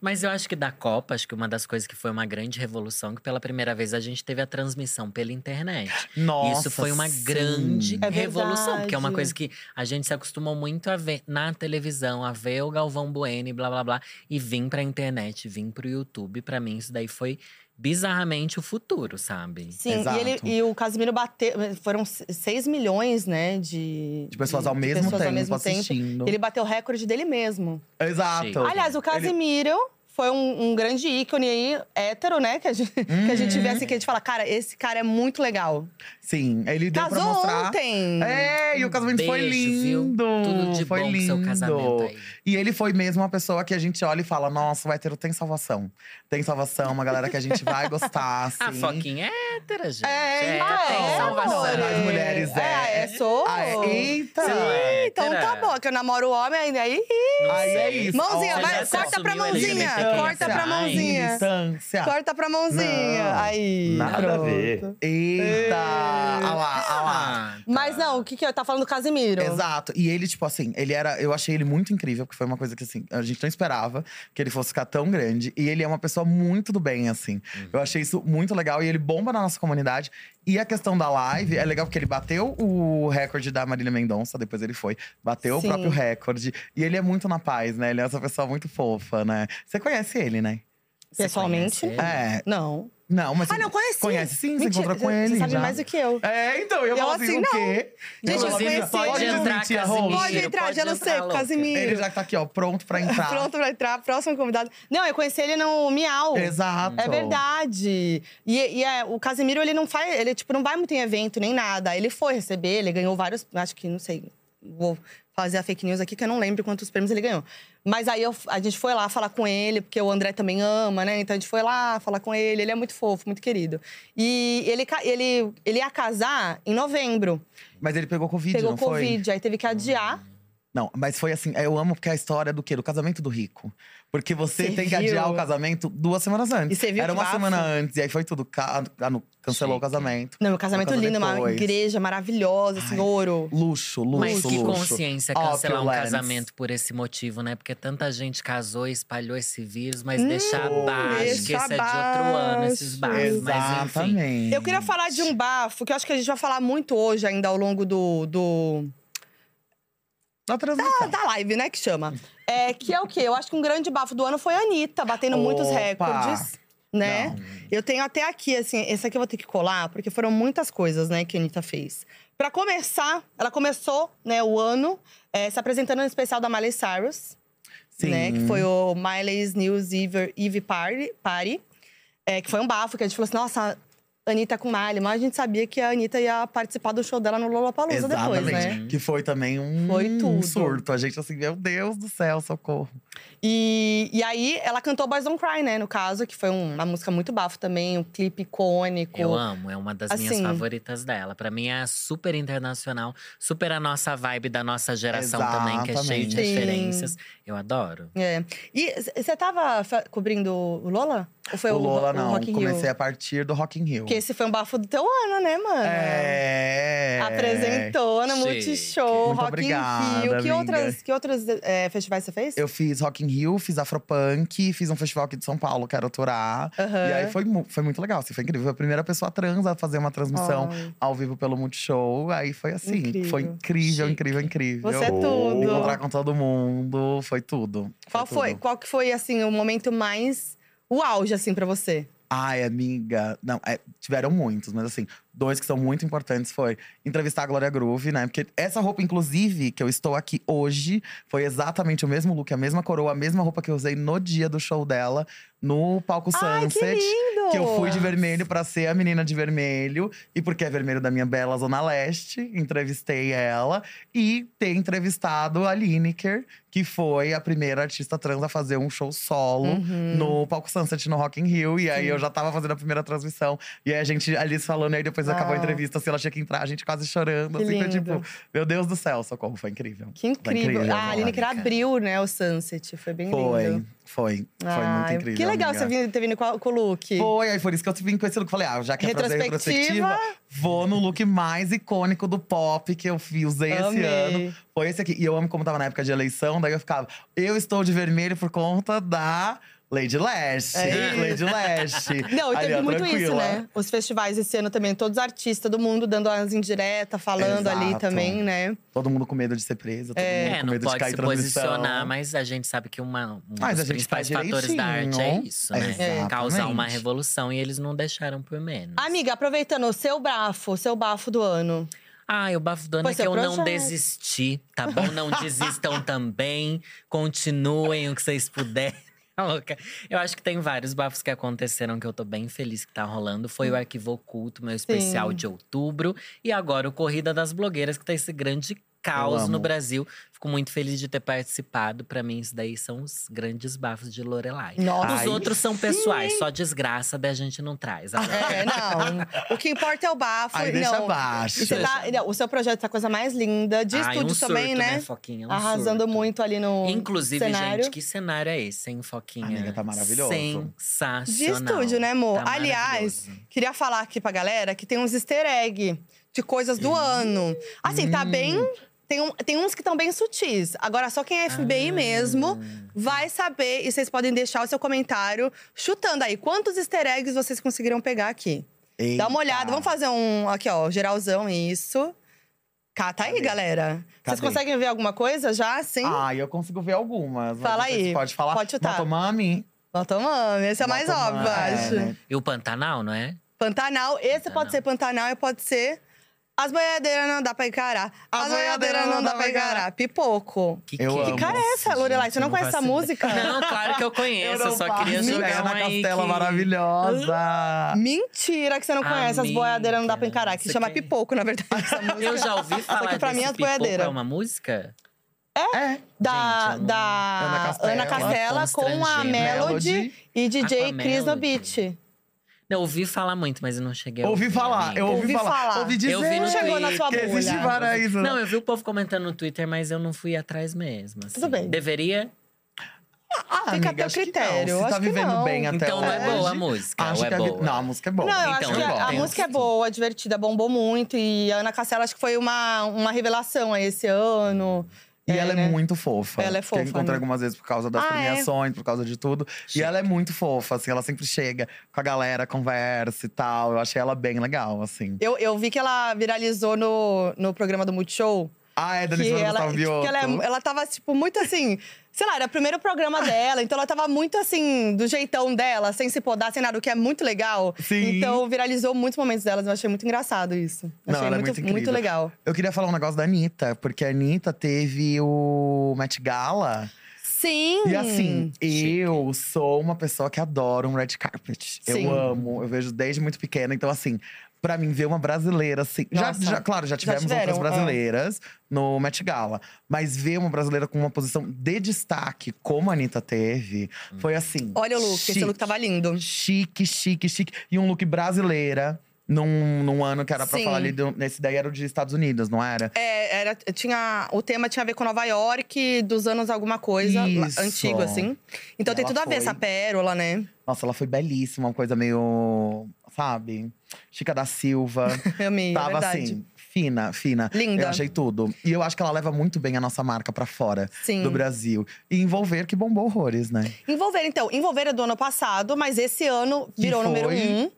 D: Mas eu acho que da Copa, acho que uma das coisas que foi uma grande revolução, que pela primeira vez a gente teve a transmissão pela internet.
C: Nossa,
D: Isso foi uma
C: sim.
D: grande
A: É
D: revolução, porque é uma
A: verdade.
D: coisa que a gente se acostumou muito a ver na televisão, a ver o Galvão Bueno e blá blá blá, e vim pra internet, vim pro YouTube. Pra mim, isso daí foi bizarramente o futuro, sabe?
A: Sim,
C: Exato.
A: e, ele, e o Casimiro bateu. Foram 6 milhões, né? De,
C: De pessoas ao
A: de
C: mesmo
A: pessoas
C: tempo
A: ao mesmo tempo.
C: assistindo.
A: Ele bateu o recorde dele mesmo.
C: Exato.
D: Chique.
A: Aliás, o Casimiro foi um, um grande ícone aí, hétero, né? Que a gente, que a
C: Uhum.
A: gente vê assim, que a gente fala, cara, esse cara é muito legal.
C: Sim, ele deu pra
A: Casou
C: mostrar.
A: ontem!
C: É, e o casamento foi
D: Beijo, viu?
C: lindo.
D: Tudo de
C: foi
D: bom pro
C: lindo.
D: seu casamento aí.
C: E ele foi mesmo uma pessoa que a gente olha e fala: nossa, o hétero tem salvação. Tem salvação, uma galera que a gente vai gostar. Assim.
D: <laughs> A Foquinha é hétera, gente.
C: É,
D: Hétera
C: então,
D: tem salvação.
A: amores?
C: As mulheres, é.
A: Ah, é, sou.
C: Ah, é. Eita!
D: Sim.
A: Ih, então tá
D: Hétera.
A: bom, que eu namoro homem ainda aí.
D: Não
C: Aí é
D: sei.
C: isso.
A: Mãozinha,
C: Olha,
A: vai,
C: só.
A: corta pra
D: assumiu
A: mãozinha.
D: LGBT,
A: Corta pra
D: ai,
A: mãozinha.
C: Distância.
A: Corta pra mãozinha.
C: Não,
A: aí.
B: nada a
A: pronto.
B: ver.
A: É.
C: Eita! Ah lá, ah lá.
D: Ah, tá.
A: Mas não, o que que eu tá falando do Casimiro?
C: Exato. E ele, tipo assim, ele era. Eu achei ele muito incrível, porque foi uma coisa que assim, a gente não esperava que ele fosse ficar tão grande. E ele é uma pessoa muito do bem, assim.
A: Uhum.
C: Eu achei isso muito legal e ele bomba na nossa comunidade. E a questão da live é legal porque ele bateu o recorde da Marília Mendonça, depois ele foi, bateu
A: Sim.
C: o próprio recorde. E ele é muito na paz, né? Ele é essa pessoa muito fofa, né? Você conhece ele, né?
D: Você
A: Pessoalmente?
D: conhece ele?
C: É.
A: Não.
C: Não, mas.
A: Ah, não, conheci.
C: Conhece sim, você
A: Mentira,
C: encontrou com
A: você-
C: ele.
A: Você sabe
C: já.
A: mais do que eu.
C: É, então, eu,
A: Eu
C: falo assim,
A: assim,
C: o
A: não.
C: quê?
A: Gente,
C: Eu falo
A: inclusive,
C: assim,
A: pode
D: entrar,
C: desmentir a
D: Casimiro.
C: Rose?
A: Pode entrar,
D: pode
A: gelo
D: entrar,
A: seco,
D: louca.
A: Casimiro.
C: Ele já tá aqui, ó, pronto pra entrar.
A: Pronto pra entrar, próximo convidado. Não, eu conheci ele no Miau.
C: Exato.
A: É verdade. E, e é, o Casimiro, ele não faz. Ele, tipo, não vai muito em evento nem nada. Ele foi receber, ele ganhou vários. Acho que, não sei. Vou fazer a fake news aqui, que eu não lembro quantos prêmios ele ganhou. Mas aí eu- a gente foi lá falar com ele, porque o André também ama, né? Então a gente foi lá falar com ele. Ele é muito fofo, muito querido. E ele, ca- ele, ele ia casar em novembro.
C: Mas ele pegou Covid,
A: Pegou
C: não foi? Hum.
A: Covid, aí teve que adiar.
C: Não, mas foi assim, eu amo porque a história do quê? Do casamento do rico. Porque você
A: Você
C: tem que
A: viu?
C: adiar o casamento duas semanas antes.
A: E você viu
C: Era
A: que
C: uma
A: bafo?
C: semana antes, e aí foi tudo. ca- anu- Cancelou o
D: Chique.
C: casamento.
A: Não, meu casamento
C: Por causa
A: lindo, uma
C: depois.
A: igreja maravilhosa, assim, ouro.
C: Luxo, luxo,
D: Mas que
C: luxo.
D: consciência cancelar um
C: Opulence.
D: casamento por esse motivo, né? Porque tanta gente casou e espalhou esse vírus, mas
C: Hum,
D: deixa abaixo,
A: deixa
D: que esse é de outro ano, esses
A: abaixo.
D: bares. Mas enfim.
C: Exatamente.
A: Eu queria falar de um bafo que eu acho que a gente vai falar muito hoje ainda ao longo do. do...
C: Na transmissão.
A: da live, né, que chama. É, que é o quê? Eu acho que um grande bafo do ano foi a Anitta, batendo muitos
C: Opa!
A: recordes. Né? Eu tenho até aqui, assim, esse aqui eu vou ter que colar, porque foram muitas coisas, né, que a Anitta fez. Pra começar, ela começou, né, o ano é, se apresentando no especial da Miley Cyrus,
C: Sim.
A: né? Que foi o Miley's News Eve, Eve Party, Party é, que foi um bafo, que a gente falou assim, nossa, Anitta com Miley. Mas a gente sabia que a Anitta ia participar do show dela no Lollapalooza
C: Exatamente.
A: depois, né?
C: Que foi também um,
A: Foi tudo.
C: surto. A gente assim, meu Deus do céu, socorro.
A: E, e aí, ela cantou Boys Don't Cry, né? No caso, que foi um- uma música muito bafo também, um clipe icônico.
D: Eu amo, é uma das minhas
A: Assim.
D: favoritas dela. Pra mim é super internacional, super a nossa vibe da nossa geração também, que é cheio
C: Exatamente.
D: de
A: Sim.
D: referências. Eu adoro.
A: É. E você tava fa- cobrindo o Lola? Ou foi
C: o
A: o,
C: Lola
A: Então, o
C: não,
A: Rock in Rio?
C: comecei a partir do Rock in Rio.
A: Porque esse foi um bafo do teu ano, né, mano?
C: É.
A: Apresentou no
D: Chique.
A: Multishow,
C: Muito
A: Rock in
C: obrigada,
A: Rio. Que
C: amiga.
A: outras, que outros é, festivais você fez?
C: Eu fiz Rock in Rio, fiz Afropunk, fiz um festival aqui de São Paulo, quero aturar.
A: Aham.
C: E aí foi, mu- foi muito legal, assim, foi incrível. Foi a primeira pessoa trans a fazer uma transmissão ao vivo pelo Multishow. Aí foi assim,
A: Incrível.
C: foi incrível,
D: Chique.
C: incrível, incrível.
A: Você é
C: Me
A: tudo.
C: Encontrar com todo mundo, foi tudo.
A: Qual foi?
C: tudo.
A: Qual que foi, assim, o momento mais… O auge, assim, pra você?
C: Ai, amiga. Não, é, tiveram muitos, mas assim, dois que são muito importantes foi entrevistar a Glória Groove, né? Porque essa roupa, inclusive, que eu estou aqui hoje, foi exatamente o mesmo look, a mesma coroa, a mesma roupa que eu usei no dia do show dela, no palco
A: Ai, que
C: Sunset.
A: lindo!
C: que eu fui de vermelho pra ser a menina de vermelho. E porque é vermelho da minha bela Zona Leste, entrevistei ela. E ter entrevistado a Lineker, que foi a primeira artista trans a fazer um show solo
A: Uhum.
C: no Palco Sunset, no Rock in Rio. E aí eu já tava fazendo a primeira transmissão. E aí a gente ali se falando, e aí depois acabou a
A: Uau.
C: entrevista. Assim, ela tinha que entrar, a gente quase chorando.
A: Que
C: assim, foi
A: lindo.
C: tipo, meu Deus do céu, socorro, foi incrível.
A: Que incrível.
C: incrível,
A: ah, a
C: né?
A: Lineker abriu, né, o Sunset. Foi bem
C: Foi,
A: lindo.
C: foi. Foi muito
A: Ai,
C: incrível.
A: Que legal você
C: amiga.
A: vir- ter vindo com, a- com o look.
C: Foi, aí por isso que eu vim com esse look. Falei, ah, já que é pra fazer
A: Retrospectiva.
C: retrospectiva, vou no look mais icônico do pop que eu fi- usei
A: Amei.
C: esse ano. Foi esse aqui. E eu amo como tava na época de eleição, daí eu ficava, eu estou de vermelho por conta da Lady Lash.
A: É isso.
C: Lady Lash.
A: <laughs> Não, e
C: Ali,
A: teve
C: ó,
A: muito isso,
C: tranquila.
A: né? Os festivais esse ano também, todos os artistas do mundo dando as indiretas, falando ali
C: Exato.
A: também, né?
C: Todo mundo com medo de ser presa, todo mundo
D: É,
C: com
D: não
C: medo de
D: pode
C: cair
D: se
C: em transmissão.
D: posicionar, mas a gente sabe que uma, um
C: Mas a
D: dos
C: gente
D: principais
C: faz
D: fatores da arte é
C: direitinho.
D: isso, né?
C: Exatamente.
D: Causar uma revolução e eles não deixaram por menos.
A: Amiga, aproveitando, o seu bafo, o seu bafo do ano.
D: Ah, o bafo do ano
A: Pois
D: é que
A: é,
D: eu não
A: projeto.
D: desisti, tá bom?
A: <laughs>
D: Não desistam também. Continuem o que vocês puderem. <laughs> Tá Louca. Eu acho que tem vários bafos que aconteceram que eu tô bem feliz que tá rolando. Foi o Arquivo Oculto, meu especial
A: Hum. Sim.
D: de outubro. E agora o Corrida das Blogueiras, que tá esse grande caos no
C: amo.
D: Brasil. Fico muito feliz de ter participado. Pra mim, isso daí são os grandes bafos de Lorelai.
A: Nossa.
D: Os
C: Ai,
D: outros são pessoais, só desgraça da gente
A: <laughs>
D: não traz. Agora,
A: É, não. O que importa é o bafo.
C: Aí deixa
A: não.
C: abaixo.
A: E você tá- não, o seu projeto tá a coisa mais linda, de
D: Ai,
A: estúdio
D: um surto,
A: também, né?
D: Foquinha? Um
A: Arrasando
D: surto.
A: muito ali no
D: Inclusive,
A: Um cenário.
D: gente, que cenário é esse, hein, Foquinha?
C: Amiga, tá maravilhoso.
A: De
D: Sensacional.
A: estúdio, né, amor?
D: Tá
A: Aliás,
D: maravilhoso.
A: queria falar aqui pra galera que tem uns easter egg de coisas
C: Hum.
A: do ano. Assim, tá bem. Tem, um- tem uns que estão bem sutis. Agora, só quem é FBI
D: Ah.
A: mesmo vai saber. E vocês podem deixar o seu comentário chutando aí. Quantos easter eggs vocês conseguiram pegar aqui? Dá uma
C: Eita.
A: olhada. Vamos fazer um. Aqui, ó, geralzão, isso. Cata aí,
C: Cadê?
A: galera. Vocês
C: Cadê?
A: conseguem ver alguma coisa já? Sim?
C: Ah, eu consigo ver algumas. mas
A: Fala
C: não sei se
A: aí,
C: Pode falar.
A: pode chutar.
C: Motomami.
A: Motomami, esse é mais
C: Motomami,
A: óbvio, acho.
C: é, né?
D: E o Pantanal, não é?
A: Pantanal. Esse pode ser Pantanal e pode ser. As boiadeiras não dá pra encarar. As, boiadeiras não dá pra encarar. Pipoco.
D: Que,
C: Eu
A: Que
C: amo.
A: cara é essa,
D: Nossa,
A: Lorelai?
D: gente,
A: Você não
D: eu
A: conhece essa
D: faço ideia.
A: música?
D: Não,
C: <laughs>
D: claro que eu conheço. Eu,
C: não
D: só
C: faço
D: queria jogar um
C: ideia,
D: uma
C: Ana
D: aí
C: Castela
D: que-
C: maravilhosa.
A: Mentira que você não conhece as
D: Amiga,
A: boiadeiras não dá pra encarar. Que
D: Ah, você
A: chama
D: quer-
A: Pipoco, na verdade, essa música.
D: Eu já ouvi
A: Essa
D: falar
A: aqui pra
D: desse
A: mim é as
D: pipoco,
A: boiadeiras.
D: É uma música?
C: É.
A: Da,
D: Gente, eu não-
A: da
C: Ana Castela.
A: Ana Castela,
D: Ela é
A: com a
D: constrangendo.
A: Melody,
C: Melody.
A: e
D: Ah,
A: DJ
D: com a
A: Chris no
D: Melody.
A: beat.
D: Eu ouvi falar muito, mas eu não cheguei a
C: Ouvi
D: ouvir,
C: falar,
D: amiga.
C: eu ouvi,
A: Ouvi
C: falar.
A: falar.
C: Ouvi dizer
D: Eu vi no
A: Não chegou na
D: Twitter.
A: sua
C: que
A: bolha.
C: existe Paraíso.
D: Não, eu vi o povo comentando no Twitter, mas eu não fui atrás mesmo. assim.
A: Tudo bem.
D: Deveria?
A: Fica a
C: Ah, amiga,
A: teu
C: acho que
A: critério,
C: não. Se
A: acho
C: tá
A: que
C: vivendo
A: não.
C: bem até
D: Então
C: hoje. Ah,
D: não é boa a música,
C: Acho
D: ou é
C: que a vi-
D: boa?
C: Não, a música é boa.
A: Não, eu
D: Então,
A: acho que
D: eu
A: a, a
D: gosto.
A: música é boa, é divertida, bombou muito. E a Ana Castela acho que foi uma, uma revelação aí esse ano.
C: E ela é
A: né?
C: muito fofofa.
A: Ela é fofa,
C: Eu encontrei
A: né?
C: algumas vezes por causa das
A: Ah, é?
C: premiações, por causa de tudo.
D: Chique.
C: E ela é muito fofa, assim. Ela sempre chega com a galera, conversa e tal. Eu achei ela bem legal, assim.
A: Eu, eu vi que ela viralizou no, no programa do Multishow.
C: Ah, é, Dani
A: que
C: Silveira
A: ela,
C: Gustavo Vioto.
A: que ela, é- ela tava, tipo, muito assim. Sei lá, era o primeiro programa dela, então ela tava muito assim, do jeitão dela, sem se podar, sem nada, o que é muito legal.
C: Sim.
A: Então viralizou muitos momentos delas, eu achei muito engraçado isso.
C: Não,
A: achei
C: ela é muito
A: muito,
C: incrível.
A: muito legal.
C: Eu queria falar um negócio da Anitta, porque a Anitta teve o Met Gala.
A: Sim!
C: E assim, eu sou uma pessoa que adora um red carpet.
A: Sim.
C: Eu amo, eu vejo desde muito pequena. Então, assim, pra mim, ver uma brasileira assim. Já,
A: Nossa.
C: já- claro, já tivemos
A: tiveram,
C: outras
A: ah.
C: brasileiras no Met Gala. Mas ver uma brasileira com uma posição de destaque, como a Anitta teve, foi assim.
A: Olha o look,
C: chique.
A: esse look tá tava lindo.
C: Chique, chique, chique. E um look brasileira. Num, num ano que era pra
A: Sim.
C: falar ali, do- nesse daí era o de Estados Unidos, não era?
A: É, era, tinha, o tema tinha a ver com Nova York, dos anos alguma coisa, lá-
C: Isso.
A: antigo, assim. Então
C: E
A: tem
C: ela
A: tudo a ver
C: foi-
A: essa pérola, né?
C: Nossa, ela foi belíssima, uma coisa meio, sabe? Chica da
A: <laughs>
C: Silva.
A: Eu amei, é
C: Tava
A: verdade.
C: assim, fina, fina.
A: Linda.
C: Eu achei tudo. E eu acho que ela leva muito bem a nossa marca pra fora
A: Sim.
C: do Brasil. E envolver que bombou horrores, né?
A: Envolver, então. Envolver é do ano passado, mas esse ano virou
C: foi-
A: número um.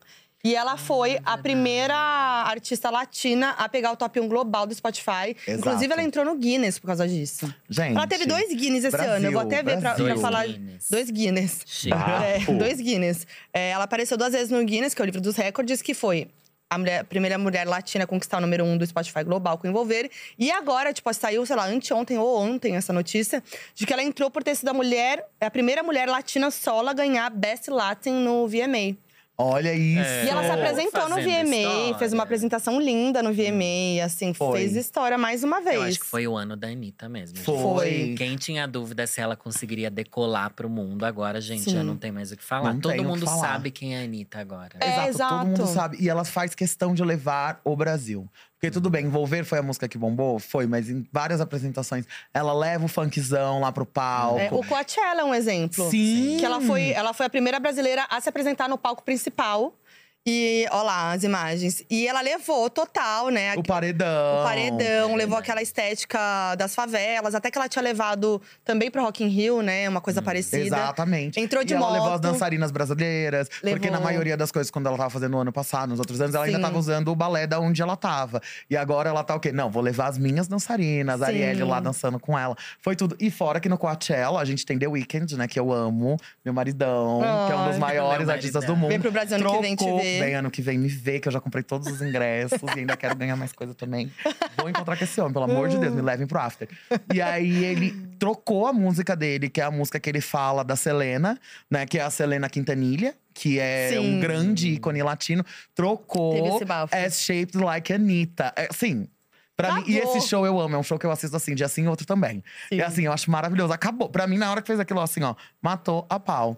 A: E ela foi a primeira artista latina a pegar o top 1 global do Spotify.
C: Exato.
A: Inclusive, ela entrou no Guinness por causa disso.
C: Gente.
A: Ela teve dois Guinness esse
C: Brasil,
A: ano. Eu vou até ver pra, pra
C: Brasil.
A: falar.
D: Guinness.
A: Dois Guinness.
D: Chique. Ah,
A: É,
B: Papo.
A: dois Guinness. É, ela apareceu duas vezes no Guinness, que é o livro dos recordes, que foi a mulher- primeira mulher latina a conquistar o número um do Spotify global com envolver. E agora, tipo, saiu, sei lá, anteontem ou ontem essa notícia, de que ela entrou por ter sido a mulher, é a primeira mulher latina solo a ganhar Best Latin no VMA.
C: Olha isso.
D: É.
A: E ela se apresentou no
D: Fazendo
A: VMA,
D: história.
A: fez uma apresentação linda no VMA, assim,
C: Foi.
A: fez história mais uma vez.
D: Eu acho que foi o ano da Anitta mesmo. gente.
C: É Foi.
D: Quem tinha dúvida se ela conseguiria decolar pro mundo agora, gente,
A: Sim.
D: já não tem mais o que falar.
C: Não
D: Todo
C: tem o que
D: mundo
C: falar.
D: sabe quem é a Anitta agora.
A: É,
C: Exato, todo mundo
A: exato.
C: sabe. E ela faz questão de levar o Brasil. Porque tudo bem, Envolver foi a música que bombou? Foi, mas em várias apresentações ela leva o funkzão lá pro palco.
A: É, o Coachella é um exemplo.
C: Sim.
A: Que ela foi, ela foi a primeira brasileira a se apresentar no palco principal. E, ó lá, as imagens. E ela levou total, né?
C: O paredão.
A: o paredão,
D: É
A: levou
D: verdade.
A: aquela estética das favelas. Até que ela tinha levado também pro Rock in Rio, né? Uma coisa parecida.
C: Hum, Exatamente.
A: Entrou de
C: e Ela levou as
A: moto.
C: dançarinas brasileiras. Porque
A: Levou.
C: na maioria das coisas, quando ela tava fazendo no ano passado, nos outros anos, ela ainda
A: Sim.
C: tava usando o balé da onde ela tava. E agora ela tá o quê? Não, vou levar as minhas dançarinas, a
A: Sim.
C: Arielle lá dançando com ela. Foi tudo. E fora que no Coachella, a gente tem The Weeknd, né? Que eu amo. Meu maridão, que é um
A: Ai.
C: dos maiores
D: Meu
C: artistas do
D: maridão.
C: mundo.
A: Vem pro Brasil ano que vem te
C: Trocou.
A: ver.
C: Vem ano que vem me ver, que eu já comprei todos os ingressos. e ainda quero ganhar mais coisa também. Vou encontrar com esse homem, pelo amor de Deus, me levem pro after. E aí ele trocou a música dele, que é a música que ele fala da Selena, né? Que é a Selena Quintanilha, que é
A: Sim.
C: um grande ícone latino. Trocou
A: Teve esse bafo. Tá
C: As Shaped Like Anitta. É, assim… Pra mim, e
A: Acabou.
C: esse show eu amo, é um show que eu assisto assim, dia sim e outro também.
A: Sim.
C: E assim, eu acho maravilhoso. Acabou. Pra mim, na hora que fez aquilo, assim, ó, matou a pau.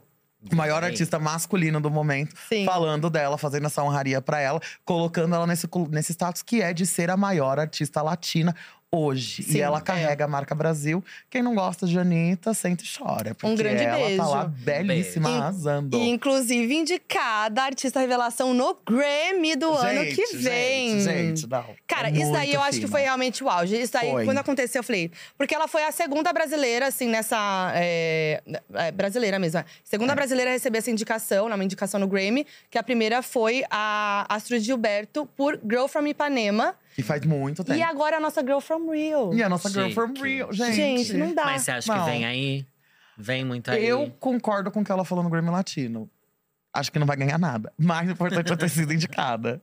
C: O maior
D: Sim.
C: artista masculino do momento,
A: Sim.
C: falando dela, fazendo essa honraria pra ela, colocando ela nesse, clu- nesse status que é de ser a maior artista latina hoje.
A: Sim,
C: e ela
A: é.
C: carrega a marca Brasil. Quem não gosta de Anitta, sente e chora. Porque
A: Um grande
C: ela
A: beijo.
C: tá lá belíssima,
A: E-
C: arrasando.
A: E, inclusive, indicada a artista revelação no Grammy do ano que
C: Gente,
A: vem.
C: Gente, gente, não.
A: Cara,
C: É
A: isso daí eu
C: muito
A: acho que
C: fina.
A: foi realmente o auge. Isso daí,
C: Foi.
A: quando aconteceu, eu falei. Porque ela foi a segunda brasileira, assim, nessa. é, é, brasileira mesmo. é. Segunda brasileira a receber essa indicação, né, uma indicação no Grammy, que a primeira foi a Astrid Gilberto por Girl from Ipanema.
C: Que faz muito tempo.
A: E agora a nossa Girl from Rio.
C: Tá. E a nossa girl
D: Chique.
C: from real, gente.
A: Gente, não dá.
D: Mas você acha
C: Não.
D: que vem aí? Vem muito Tá aí.
C: Eu concordo com o que ela falou no Grammy Latino. Acho que não vai ganhar nada. Mais importante é ter sido indicada.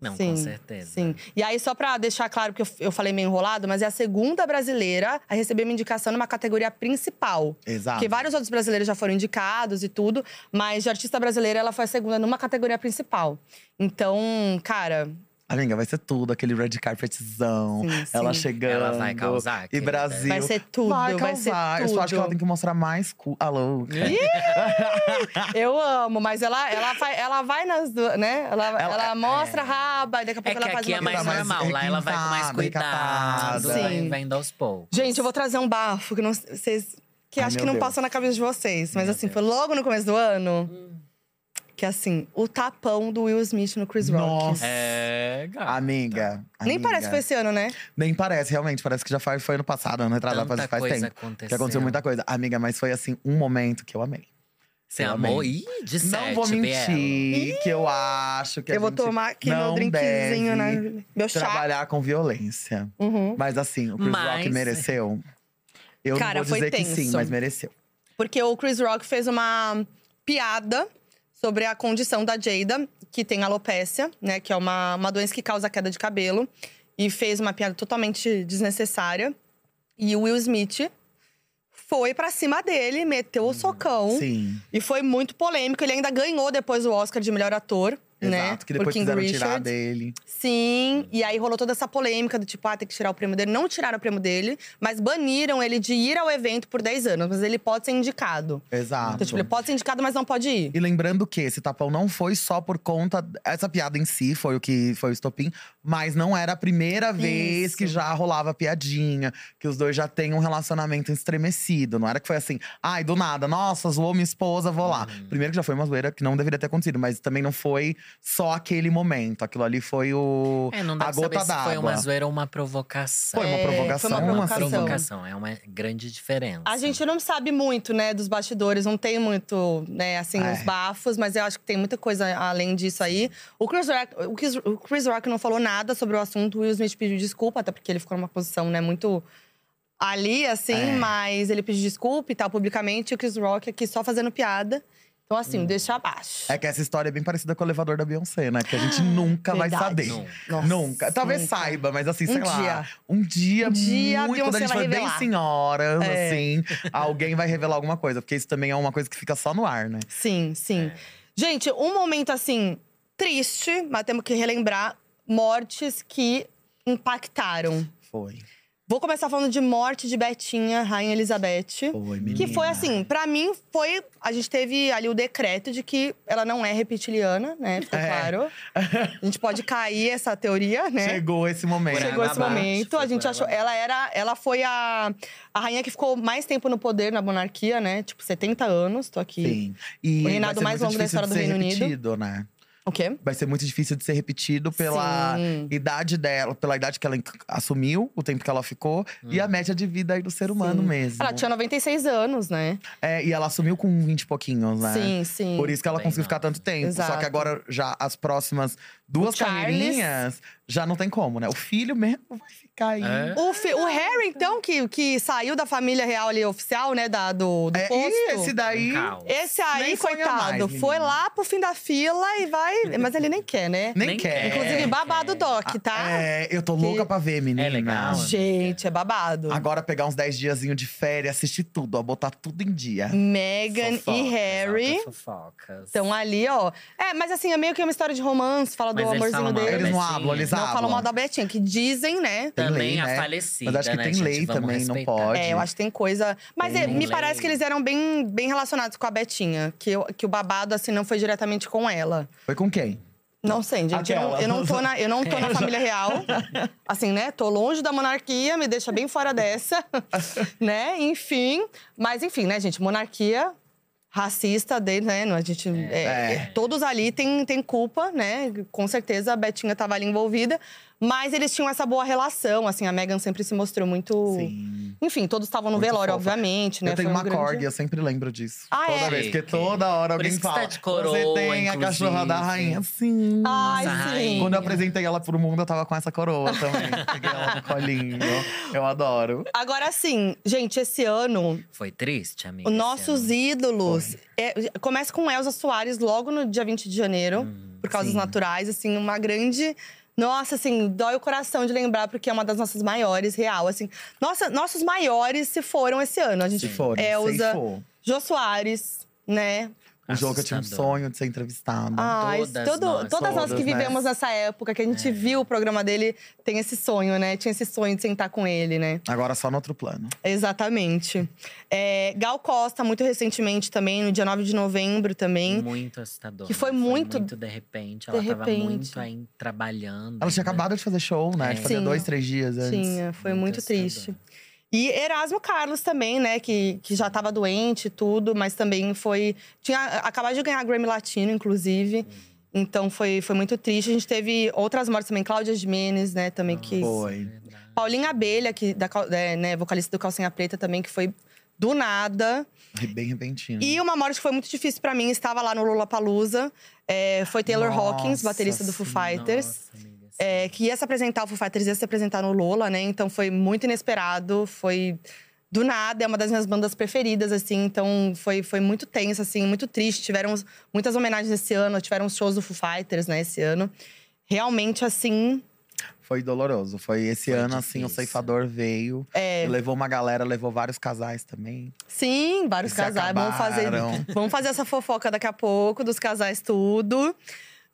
D: Não,
A: Sim,
D: com certeza.
A: Sim. E aí, só pra deixar claro, porque eu, eu falei meio enrolado, mas é a segunda brasileira a receber uma indicação numa categoria principal.
D: Tá.
C: Exato.
A: Porque vários outros brasileiros já foram indicados e tudo, mas de artista brasileira ela foi a segunda numa categoria principal. Então, cara,
C: Amiga, vai ser tudo, aquele red carpetzão.
A: Sim, sim.
C: Ela chegando.
D: Ela vai causar,
C: E
D: querida.
C: Brasil.
A: vai ser tudo, vai,
C: Vai
A: ser
C: causar.
A: tudo.
C: Eu só acho que ela tem que mostrar mais cu. A
D: É
C: louca.
D: Ah.
A: Eu amo, mas ela, ela, vai, ela vai nas duas, né? Ela, ela, mostra a raba e daqui a
D: É
A: pouco
D: que
A: ela faz
D: aqui
A: uma
D: é mais
A: coisa
C: coisa mais
D: normal, lá ela vai com mais
C: requintada,
D: cuidado, vai
A: Sim.
D: vendo aos poucos.
A: Gente, eu vou trazer um bafo que não, vocês que
C: Ai,
A: acho
C: meu
A: que não
C: Deus.
A: passou na cabeça de vocês, mas
D: Meu
A: assim,
D: Deus.
A: foi logo no começo do ano.
C: Hum.
A: Que assim, o tapão do Will Smith no Chris Rock.
C: Nossa.
D: É,
C: Ah,
D: gata.
C: Amiga,
A: Nem
C: amiga.
A: parece que foi esse ano, né?
C: Nem parece, realmente. Parece que já foi, foi ano passado, ano retrasado,
D: Tanta
C: faz, faz
D: coisa
C: tempo. Que aconteceu muita coisa. Amiga, mas foi assim, um momento que eu amei.
D: Você
C: Eu
D: amou? é
C: amei.
D: Ih, de sete,
C: Não vou
D: BL.
C: mentir, que eu acho que a
A: eu vou
C: gente
A: tomar aqui meu
C: não
A: drinkzinho, né?
C: deve
A: Meu chá.
C: Trabalhar com violência.
A: Uhum.
C: Mas assim, o Chris Rock
D: Mas-
C: mereceu. Eu
A: Cara,
C: não vou
A: foi
C: dizer que sim,
A: tenso.
C: mas mereceu.
A: Porque o Chris Rock fez uma piada sobre a condição da Jada, que tem alopécia, né? Que é uma, uma doença que causa queda de cabelo. E fez uma piada totalmente desnecessária. E o Will Smith foi pra cima dele, meteu o socão.
C: Hum, Sim.
A: E foi muito polêmico. Ele ainda ganhou depois o Oscar de melhor ator, né?
C: Exato, que depois
A: por King
C: quiseram
A: Richard.
C: tirar dele.
A: Sim, e aí rolou toda essa polêmica do tipo, ah, tem que tirar o prêmio dele. Não tiraram o prêmio dele, mas baniram ele de ir ao evento por 10 anos. Mas ele pode ser indicado.
C: Exato.
A: Então, tipo, ele pode ser indicado, mas não pode ir.
C: E lembrando que esse tapão não foi só por conta. Essa piada em si foi o que foi o estopim, mas não era a primeira vez
A: Isso.
C: que já rolava piadinha, que os dois já têm um relacionamento estremecido. Não era que foi assim, ai, do nada, nossa, zoou minha esposa, vou lá.
A: Uhum.
C: Primeiro que já foi uma zoeira que não deveria ter acontecido, mas também não foi só aquele momento. Aquilo ali foi o.
D: É, não dá
C: a
D: pra
C: gota
D: saber se foi uma
C: d'água.
D: zoeira ou uma provocação.
C: Foi uma
A: É,
C: provocação,
A: foi uma
D: uma
A: provocação.
D: provocação, é uma grande diferença.
A: A gente não sabe muito, né, dos bastidores, não tem muito, né, assim,
C: É.
A: os bafos, mas eu acho que tem muita coisa além disso aí. O Chris, Rock, o, Chris, o Chris Rock não falou nada sobre o assunto, o Will Smith pediu desculpa, até porque ele ficou numa posição, né, muito ali, assim,
C: É.
A: mas ele pediu desculpa e tal, publicamente, e o Chris Rock aqui só fazendo piada. Então, assim, deixa abaixo.
C: Hum. É que essa história é bem parecida com o elevador da Beyoncé, né? Que a gente nunca vai
A: Ah, Verdade.
C: saber.
D: Nunca.
C: Nunca. Talvez
A: nunca.
C: saiba, mas assim, sei
A: Um
C: lá.
A: dia.
C: Um dia,
A: Um dia a
C: muito, quando
A: Beyoncé
C: a gente
A: vai
C: for bem
A: revelar.
C: senhoras,
A: É.
C: assim, alguém vai revelar alguma coisa. Porque isso também é uma coisa que fica só no ar, né?
A: Sim, sim. Gente, um momento assim, triste, mas temos que relembrar mortes que impactaram.
C: Foi.
A: Vou começar falando de morte de Betinha, Rainha Elizabeth.
C: Foi, menina.
A: Que foi assim, pra mim foi. A gente teve ali o decreto de que ela não é reptiliana, né? Ficou
C: É.
A: claro. A gente pode cair essa teoria, né?
C: <laughs> Chegou esse momento.
D: Por
A: Chegou
D: água
A: esse
D: abaixo,
A: momento,
D: foi
A: a gente
D: por
A: achou.
D: água
A: Ela era. Ela foi a, a rainha que ficou mais tempo no poder na monarquia, né? Tipo, 70 anos, tô aqui.
C: Sim. E
A: O reinado
C: vai ser
A: mais
C: muito
A: longo da
C: difícil
A: história
C: de
A: do
C: ser
A: Reino Unido.
C: repetido, né?
A: O quê?
C: Vai ser muito difícil de ser repetido pela
A: Sim.
C: idade dela, pela idade que ela enc- assumiu, o tempo que ela ficou e a média de vida aí do ser humano
A: Sim.
C: mesmo.
A: Ela tinha 96 anos, né?
C: É, e ela assumiu com 20 e pouquinhos, né?
A: Sim, sim.
C: Por isso que ela
D: Bem
C: conseguiu
D: nova.
C: ficar tanto tempo. Só que
A: Exato.
C: agora, já as próximas duas
A: O Charles.
C: carreirinhas, já não tem como, né? O filho mesmo vai ficar aí.
D: É.
A: O, fi- o Harry, então, que, que saiu da família real ali, oficial, né? Da, do, do
C: É, e
A: posto.
C: esse daí.
D: Calma.
A: Esse
C: Nem
A: aí,
C: sonha
A: coitado,
C: mais,
A: foi
C: menina.
A: lá pro fim da fila e vai. Mas ele nem quer, né?
C: Nem,
D: Nem
C: quer.
D: quer.
A: Inclusive,
D: É,
A: babado
D: é.
A: doc,
C: Ah,
A: tá?
C: É, eu tô louca pra ver, menina.
D: É legal.
A: Gente, é babado.
C: Agora pegar uns 10 diazinhos de férias, assistir tudo, ó, botar tudo em dia.
D: Hum,
A: Meghan e
D: é. Fofocas,
A: Harry
D: altas Fofocas.
A: estão ali, ó. É, mas assim, é meio que uma história de romance, fala
D: Mas
A: do
D: eles
A: amorzinho
D: falam mal,
A: dele.
C: Eles não
D: Betinha.
C: hablam, eles
A: Não
C: hablam.
A: falam mal da Betinha, que dizem, né?
C: Tem
D: Também
C: lei,
D: a
C: né?
D: falecida,
C: Mas acho que
D: né,
C: tem
D: gente?
C: lei
D: Vamos
C: também, não
D: respeitar.
C: pode.
A: É, eu acho que tem coisa. Mas
D: Tem
A: é,
D: um
A: me
D: lei.
A: parece que eles eram bem, bem relacionados com a Betinha. Que, eu- que o babado, assim, não foi diretamente com ela.
C: Foi com quem?
A: Não sei, gente. Eu não,
C: Aquela.
A: eu não tô na, eu não tô na família real. Assim, né? Tô longe da monarquia, me deixa bem fora dessa. <laughs> né? Enfim. Mas enfim, né, gente? Monarquia racista, de, né? não, A gente. é,
C: É.
A: é, todos ali têm tem culpa, né? Com certeza a Betinha estava ali envolvida. Mas eles tinham essa boa relação, assim, a Megan sempre se mostrou muito.
C: Sim.
A: Enfim, todos estavam no
C: Muito
A: velório,
C: fofa.
A: obviamente, né?
C: Eu tenho
A: Foi um
C: uma
A: grande-
C: corda e eu sempre lembro disso.
A: Ah,
C: toda
A: é?
C: vez, porque
D: Chique.
C: toda hora
D: Por
C: alguém
D: isso que
C: fala.
D: você tá de coroa,
C: Você tem a
D: inclusive."
C: cachorra da rainha. Sim.
A: Ai,
D: Nossa,
A: sim.
D: rainha.
C: Quando eu apresentei ela pro mundo, eu tava com
A: <laughs>
C: essa coroa também. Peguei ela no colinho. Eu adoro.
A: Agora sim, gente, esse ano
D: Foi triste, amiga.
A: Os
D: esse
A: Nossos
D: ano?
A: ídolos. É, começa com Elza Soares logo no dia 20 de janeiro, por causas
C: sim.
A: naturais, assim, uma grande. Nossa, assim, dói o coração de lembrar, porque é uma das nossas maiores, real. Assim, nossa, nossos maiores se foram esse ano. A gente
C: Se for,
D: né?
A: Elza,
C: se for.
A: Jô Soares, né?
C: O jogo que eu tinha um
D: Assustador.
C: sonho de ser entrevistado.
A: Ai,
D: Todas
A: todo-
D: nós.
A: Ah, todas nós que
C: Todas, né?
A: vivemos nessa época, que a gente viu o programa dele, tem esse sonho, né? Tinha esse sonho de sentar com ele, né?
C: Agora só no outro plano.
A: Exatamente. É, Gal Costa, muito recentemente também, no dia 9 de novembro também.
D: Muito assustador.
A: Que foi
D: né?
A: muito-
D: de repente. Ela
A: de
D: tava
A: repente.
D: muito aí trabalhando.
C: Ela tinha
D: ainda.
C: acabado de fazer show, né?
D: Uhum. É.
C: De fazer
A: Sim.
C: dois, três dias antes.
A: Tinha, foi muito, triste.
D: assustador.
A: E Erasmo Carlos também, né? Que, que já tava doente e tudo, mas também foi. Tinha acabado de ganhar Grammy Latino, inclusive. Então foi, foi muito triste. A gente teve outras mortes também, Cláudia Jimenez, né? Também que.
C: Foi.
D: Verdade.
A: Paulinha Abelha, que, da, Cal- é, né, vocalista do Calcinha Preta também, que foi do nada.
C: É Bem repentino.
A: E uma morte que foi muito difícil pra mim, estava lá no Lula Palusa. foi Taylor Hawkins,
C: Nossa
A: baterista do Foo Fighters.
D: Nossa, amiga, assim. sim.
A: é, que ia se apresentar, o Foo Fighters ia se apresentar no Lola, né? Então foi muito inesperado, foi do nada, é uma das minhas bandas preferidas, assim. Então foi, foi muito tenso, assim, muito triste. Tiveram uns- muitas homenagens esse ano, tiveram os shows do Foo Fighters, né, esse ano. Realmente, assim,
C: Foi doloroso. Foi esse
D: Foi
C: ano, assim, o
D: difícil.
C: ceifador veio.
A: É.
C: Levou uma galera, levou vários casais também.
A: sim, vários
C: Se
A: casais. Vamos fazer, <laughs>
C: acabaram.
A: vamos fazer essa fofoca daqui a pouco, dos casais tudo.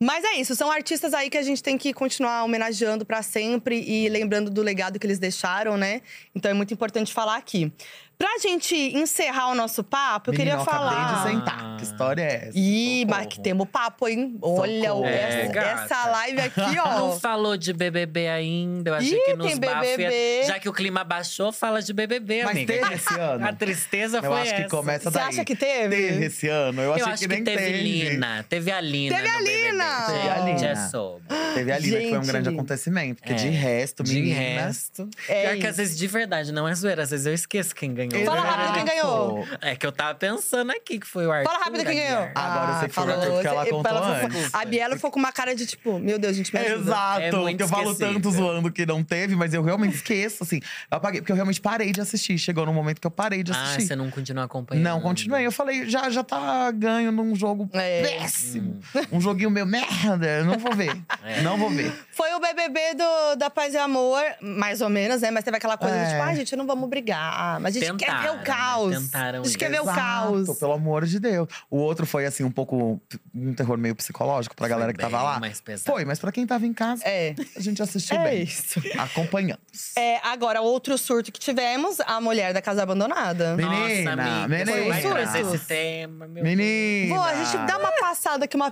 A: Mas é isso, são artistas aí que a gente tem que continuar homenageando pra sempre e lembrando do legado que eles deixaram, né? Então é muito importante falar aqui. Pra gente encerrar o nosso papo, eu queria
C: Menina,
A: falar.
C: Acabei de sentar. Que história é essa?
A: Ih,
C: Socorro.
A: mas que temos papo, hein? Olha,
C: Socorro.
A: essa,
D: É, gata.
A: essa live aqui, ó.
D: Não falou de BBB ainda. Eu achei
A: Ih,
D: que nos
A: tem
D: bafos ia-
A: BBB.
D: Já que o clima baixou, fala de
A: um
D: BBB,
C: Mas
D: amiga.
C: teve esse ano?
D: <laughs> A tristeza
C: Eu
D: foi
C: acho
D: essa.
C: que começa
A: Você
C: daí.
A: acha que teve?
C: Teve esse ano. Eu,
D: Eu
C: achei
D: acho que,
C: nem
D: teve
C: teve.
D: Lina. Teve a Lina.
A: Teve
D: no
A: a Lina!
D: BBB.
C: Teve a
D: Gente,
C: Lina.
D: é sobre.
C: Teve a Lina, que foi um
A: Gente.
C: grande acontecimento. Porque de
D: É.
C: resto,
D: De
C: meninas…
D: resto.
A: É
D: Pior que às
A: isso.
D: vezes, de verdade, não é zoeira. Às vezes eu esqueço quem ganhou.
A: Fala rápido quem ganhou.
D: É que eu tava pensando aqui que foi o Arthur.
A: Fala rápido quem ganhou.
D: Aguiar.
C: Agora eu sei que foi o Arthur, porque ela
A: você-
C: contou
A: ficou-
C: antes.
A: A Biela ficou com uma cara de tipo, meu Deus, gente, me ajuda.
C: Exato,
D: É muito
C: porque eu falo
D: esquecível.
C: tanto zoando que não teve, mas eu realmente esqueço, assim. Eu apaguei, porque eu realmente parei de assistir. Chegou no momento que eu parei de
D: Ah,
C: assistir.
D: você não continua acompanhando.
C: não, continuei. Eu falei, já, já tá ganho num jogo
A: É.
C: péssimo. Um joguinho meu, merda, eu não vou ver.
D: <laughs> É.
C: Não vou ver.
A: Foi o BBB do, da Paz e Amor, mais ou menos, né? Mas teve aquela coisa
C: É.
A: de tipo, ai, gente, não vamos brigar. Ah, Mas a gente quer ver
D: Tentaram,
A: o
D: né?
A: caos.
D: Tentaram
A: a gente quer ver o
C: Exato,
A: é caos.
C: Pelo amor de Deus. O outro foi, assim, um pouco… Um terror meio psicológico pra
D: Foi
C: galera que tava
D: bem
C: lá.
D: mais pesado.
C: foi, mas pra quem tava em casa,
A: É.
C: a gente assistiu
A: <laughs> É
C: bem.
A: isso.
C: Acompanhamos.
A: É, agora, outro surto que tivemos, a mulher da casa abandonada.
C: Bem-
D: Menina,
C: Menina,
D: Nossa, amiga,
C: menina.
D: vai trazer
A: Surtos.
D: esse tema, meu
C: Menina!
A: Pô, É. a gente dá uma passada aqui, uma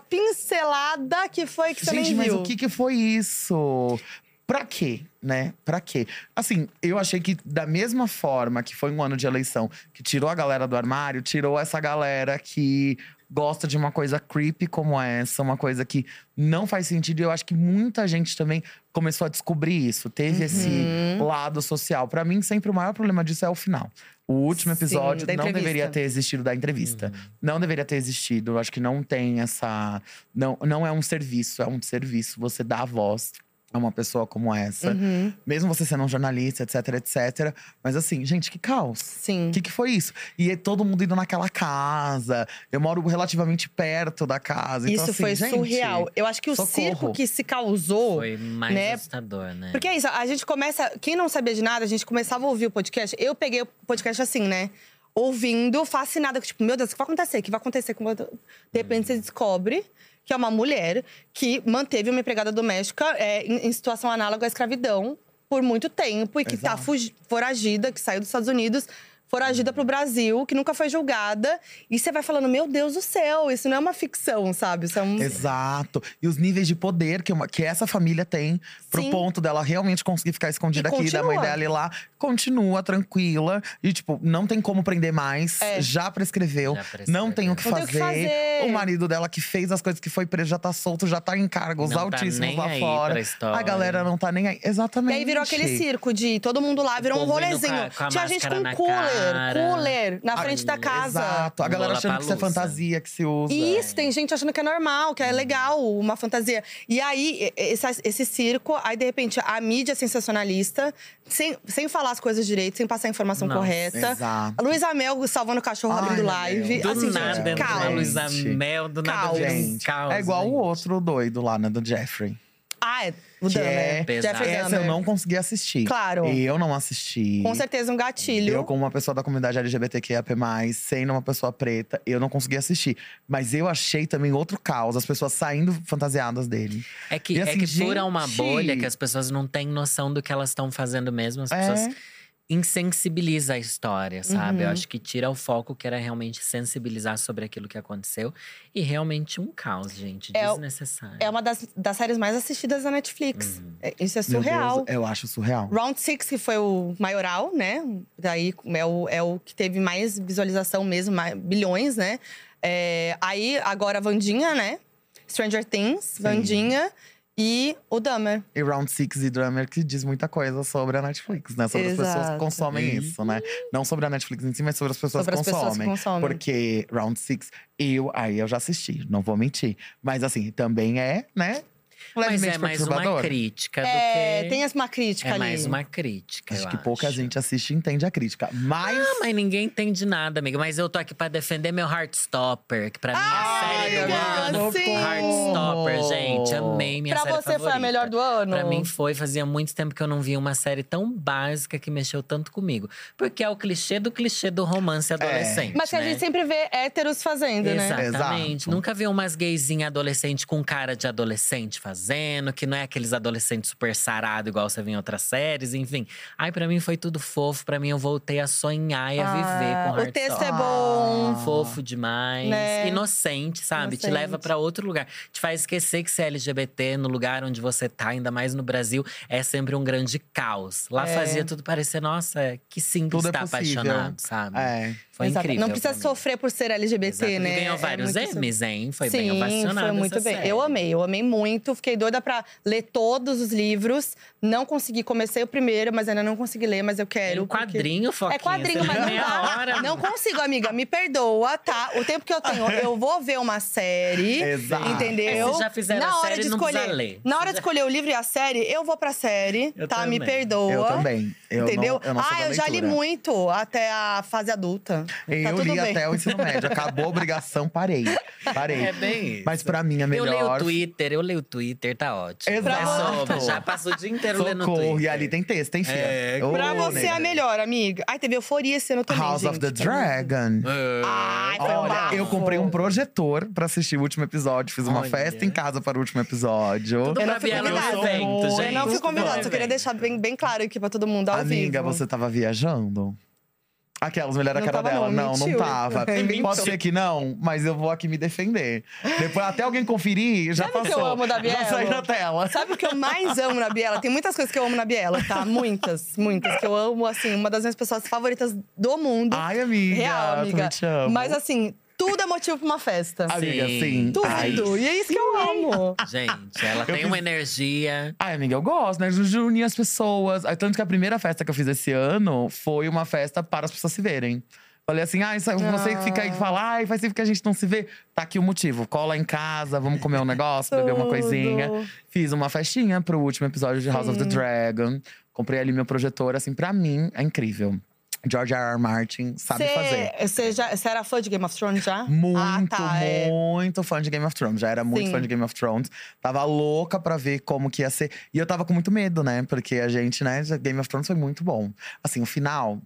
A: pincelada que foi que você
C: Gente,
A: nem
C: mas
A: viu.
C: o que que foi isso? Pra quê, né? Pra quê? Assim, eu achei que da mesma forma que foi um ano de eleição que tirou a galera do armário, tirou essa galera que gosta de uma coisa creepy como essa, uma coisa que não faz sentido. E eu acho que muita gente também começou a descobrir isso, teve esse
A: Uhum.
C: lado social. Pra mim, sempre o maior problema disso é o final. O último
A: Sim,
C: episódio
A: da
C: não deveria
A: entrevista.
C: ter existido da entrevista.
A: Uhum.
C: Não deveria ter existido. Eu acho que não tem essa. Não, não é um serviço, é um serviço. Você dá a voz a uma pessoa como essa.
A: Uhum,
C: Mesmo você sendo um jornalista, etc, etc. Mas assim, gente, que caos.
A: Sim.
C: O que, que foi isso? E é todo mundo indo naquela casa. Eu moro relativamente perto da casa.
A: Isso
C: então, assim,
A: foi
C: gente,
A: surreal. Eu acho que o
C: socorro.
A: circo que se causou.
D: Foi mais
A: Né?
D: assustador, né?
A: Porque é isso, a gente começa. Quem não sabia de nada, a gente começava a ouvir o podcast. Eu peguei o podcast assim, né? Ouvindo, fascinada, tipo, meu Deus, o que vai acontecer? O que vai acontecer? com o De repente você descobre que é uma mulher que manteve uma empregada doméstica é, em, em situação análoga à escravidão por muito tempo e que tá
C: Exato.
A: fugi- foragida, que saiu dos Estados Unidos. Foragida pro Brasil, que nunca foi julgada. E você vai falando, meu Deus do céu, isso não é uma ficção, sabe? Isso é um.
C: Exato. E os níveis de poder que, uma- que essa família tem pro
A: Sim.
C: ponto dela realmente conseguir ficar escondida
A: E
C: aqui, da mãe
A: continua.
C: dela ir lá, continua tranquila. E, tipo, não tem como prender mais.
A: É.
C: Já, prescreveu,
D: Já prescreveu.
C: Não tem o que,
A: Não tem
C: fazer.
A: o que fazer.
C: O marido dela que fez as coisas que foi preso já tá solto, já tá em cargos
D: Não tá
C: altíssimos
D: nem
C: lá
D: aí
C: fora.
D: pra história.
C: A galera não tá nem aí.
A: E
C: Exatamente.
A: aí virou aquele circo de todo mundo lá, virou um
D: povo indo
A: rolezinho.
D: com a- com a
A: Tinha gente com
D: máscara na
A: cooler,
D: cara.
A: cooler na
C: Ah,
A: frente da casa.
C: Exato. A
D: tá
C: galera achando que isso é
D: Lollapalooza.
C: fantasia que se usa.
A: E isso, tem gente achando que é normal, que é legal, uma fantasia. E aí, e- esse, esse circo, aí de repente a mídia sensacionalista, sem, sem falar as coisas direito, sem passar a informação
D: Nossa.
A: correta.
C: Exato.
A: A Luísa Mel salvando o cachorro
C: Ai,
A: abrindo
C: meu
A: live.
C: Deus.
D: Do
A: assim, gente,
D: nada
C: gente,
D: entrou a
A: caos.
D: Luísa
C: Gente.
D: Mel, do nada
A: Caos.
D: virou um
C: Gente,
D: caos.
C: é igual o
D: gente.
C: outro doido lá, né? Do Jeffrey.
A: Ah, é, o
C: Que é
A: Dahmer.
D: pesado.
A: Jeffrey
C: Essa
A: Dahmer.
C: eu não consegui assistir.
A: Claro.
C: Eu não assisti.
A: Com certeza um gatilho.
C: Eu, como uma pessoa da comunidade LGBTQIAP+, sendo uma pessoa preta, eu não consegui assistir. Mas eu achei também outro caos, as pessoas saindo fantasiadas dele.
D: É que,
C: E
D: é
C: assim,
D: que fura uma
C: gente.
D: bolha que as pessoas não têm noção do que elas estão fazendo mesmo. As
C: É.
D: pessoas insensibiliza a história, sabe? Eu
A: Uhum.
D: acho que tira o foco que era realmente sensibilizar sobre aquilo que aconteceu. E realmente um caos, gente.
A: É o-
D: Desnecessário.
A: É uma das, das séries mais assistidas da Netflix. É- Isso é
C: Meu
A: surreal.
C: Deus, eu acho surreal.
A: Round Six, que foi o maioral, né? Daí é o, é o que teve mais visualização mesmo, mais- bilhões, né? É, aí, agora, Vandinha, né? Stranger Things, Vandinha. e o Dahmer.
C: E Round Six e Drummer que diz muita coisa sobre a Netflix, né? Sobre as pessoas que
A: Exato.
C: consomem
D: Uhum.
C: isso, né? Não sobre a Netflix em si, mas sobre as pessoas
A: Sobre
C: que
A: as pessoas que
C: consomem.
A: consomem.
C: Porque Round Six, eu aí eu já assisti, não vou mentir. Mas assim, também é, né?
D: Mas é
C: levemente
D: mais uma
C: perturbador.
D: crítica do
A: É,
D: que…
A: tem essa- uma crítica
D: é
A: ali.
D: mais uma crítica,
C: Acho
D: eu
C: que pouca gente assiste e entende a crítica. Mas.
D: Ah, mas ninguém entende nada, amiga. Mas eu tô aqui pra defender meu Heartstopper, que pra mim é a
A: Ai,
D: série do
A: amiga,
D: ano.
A: sim!
D: Heartstopper, gente, amei minha
A: Pra
D: série
A: você foi a
D: favorita.
A: melhor do ano?
D: Pra mim foi, fazia muito tempo que eu não via uma série tão básica que mexeu tanto comigo. Porque é o clichê do clichê do romance adolescente.
A: Mas que a
D: né?
A: gente sempre vê héteros fazendo, né?
D: Exatamente.
C: Exato.
D: Nunca vi umas gaysinhas adolescente com cara de adolescente fazendo, que não é aqueles adolescentes super sarado igual você vê em outras séries, enfim. Ai, pra mim foi tudo fofo, pra mim eu voltei a sonhar e a
A: Ah,
D: viver com Ah,
A: o texto é
D: Heartstopper.
A: bom.
D: Fofo demais,
A: Né?
D: inocente, sabe? Te
A: Inocente.
D: leva pra outro lugar. Te faz esquecer que você é LGBT no lugar onde você tá, ainda mais no Brasil, é sempre um grande caos. Lá
A: É.
D: fazia tudo parecer, nossa, que simples
C: Tudo é
D: estar
C: possível.
D: apaixonado, sabe?
C: É.
D: Foi
A: Exato.
D: incrível.
A: Não precisa
D: pra mim.
A: sofrer por ser LGBT,
D: Exato.
A: né?
D: E ganhou
A: É
D: vários
A: muito isso.
D: M's, hein? Foi bem
A: Sim,
D: ovacionada
A: foi muito
D: essa
A: bem.
D: série.
A: Eu amei, eu amei muito. Fiquei doida pra ler todos os livros. Não consegui, comecei o primeiro, mas ainda não consegui ler, mas eu quero.
D: Tem
A: porque-
D: um quadrinho, Foquinha.
A: É quadrinho,
D: você
A: mas
D: lê
A: não
D: meia
A: dá.
D: hora.
A: não consigo, amiga. Me perdoa, tá? O tempo que eu
D: <laughs>
A: tenho, eu vou ver uma série.
C: Exato.
A: Entendeu?
D: É, se já fizeram a
A: Na hora
D: série,
A: de
D: não
A: escolher.
D: precisa ler.
A: Na hora de escolher o livro e a série, eu vou pra série,
D: Eu
A: tá? Me
D: também.
A: perdoa.
C: Eu também. Eu não-
A: entendeu?
C: eu não sou
A: ah,
C: da
A: eu já li
C: leitura.
A: muito até a fase adulta. tá
C: Eu
A: tudo
C: li
A: bem.
C: até o ensino médio. Acabou a obrigação, parei. Parei.
D: É bem isso.
C: Mas pra mim, a
D: Eu
C: melhor…
D: leio o Twitter, eu leio o Twitter, tá ótimo.
C: Exato.
D: É sobre, já passo o dia inteiro lendo o
C: Socorro.
D: Twitter.
C: E ali tem texto, tem fia.
D: É,
C: Ô,
A: Pra você é
C: nega.
A: a melhor, amiga. Ai, teve euforia esse ano também.
C: House of
A: gente.
C: the Dragon.
D: Ah,
A: Ai, foi
D: então
A: um
C: Olha,
A: bafo.
C: eu comprei um projetor pra assistir o último episódio. Fiz uma
D: Olha.
C: festa em casa para o último episódio.
D: Tudo
A: Eu
D: pra
A: não fui
D: Biela no
C: um
A: convidada.
D: evento, gente.
A: Eu não fui
D: Tudo
A: convidada,
D: bem.
A: só queria deixar bem, bem claro aqui pra todo mundo tá ao
C: Amiga,
A: vivo.
C: você tava viajando? Aquelas mulheres a
A: Não
C: cara
A: tava,
C: dela.
A: não,
C: Não, não,
A: <laughs> mentiu.
C: tava.
D: Mentiu.
C: Pode ser que não, mas eu vou aqui me defender. Depois até alguém conferir, já
A: Sabe o que
C: passou.
A: eu amo da
C: já saiu
A: Bielo?
C: da tela.
A: Sabe o que eu mais amo na Biela? Tem muitas coisas que eu amo na Biela, tá? Muitas, muitas. Que eu amo, assim, uma das minhas pessoas favoritas do mundo.
C: Ai, amiga.
A: Real, amiga.
C: também te amo.
A: Mas assim, tudo é motivo pra uma festa.
C: Amiga, sim.
D: Sim.
A: Tudo.
C: Ai.
A: E é isso que eu amo.
D: Gente,
A: ah.
D: ela tem uma energia.
C: Ai, amiga, eu gosto, né? De unir as pessoas. Aí, Tanto que a primeira festa que eu fiz esse ano foi uma festa para as pessoas se verem. Falei assim, ah, isso, você que fica aí e fala, ai, faz tempo que a gente não se vê. Tá aqui o motivo. Cola em casa, vamos comer um negócio, beber uma
A: Tudo.
C: coisinha. Fiz uma festinha pro último episódio de House of the Dragon. Comprei ali meu projetor, assim, pra mim é incrível. George R. R. Martin sabe fazer.
A: Você já você era fã de Game of Thrones já?
C: Muito,
A: ah, tá, é.
C: muito fã de Game of Thrones. Já era muito
A: Sim.
C: fã de Game of Thrones. Tava louca pra ver como que ia ser. E eu tava com muito medo, né? Porque a gente, né? já- Game of Thrones foi muito bom. Assim, o final.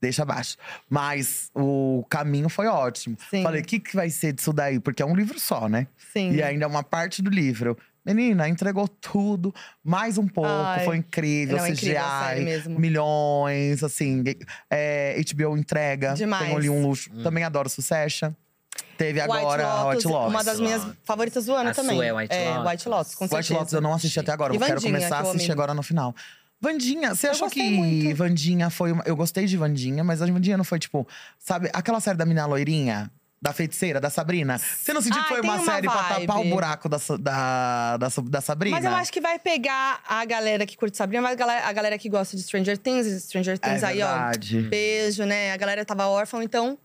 C: Deixa abaixo. Mas o caminho foi ótimo.
A: Sim.
C: Falei, o que, que vai ser disso daí? Porque é um livro só, né?
A: Sim.
C: E ainda é uma parte do livro. Menina, entregou tudo, mais um pouco,
A: Ai.
C: foi incrível.
A: Não, é
C: CGI,
A: incrível, sério mesmo.
C: milhões, assim. É, HBO entrega.
A: Demais.
C: Tem ali um luxo. Também adoro Succession. Teve agora a White Lotus.
A: Uma das minhas
D: Lotus.
A: favoritas do ano
D: A
A: também.
D: sua é White Lotus?
A: White Lotus, com
C: White
A: certeza.
C: Lotus é eu não assisti até agora,
A: E
C: eu quero
A: Vandinha,
C: começar
A: que
C: a
A: eu
C: assistir
A: amei.
C: agora no final. Vandinha, você
A: Eu
C: achou que
A: gostei muito.
C: Vandinha foi uma. Eu gostei de Vandinha, mas a Vandinha não foi tipo. Sabe, aquela série da menina loirinha? Da feiticeira, da Sabrina? Você não sentiu
A: Ai,
C: que foi
A: tem
C: uma,
A: uma
C: série pra
A: vibe.
C: tapar o buraco da, Sa- da, da, Sa- da Sabrina?
A: Mas eu acho que vai pegar a galera que curte Sabrina, mas a galera, a galera que gosta de Stranger Things, Stranger Things aí,
C: É verdade.
A: ó. Beijo, né? A galera tava órfã, então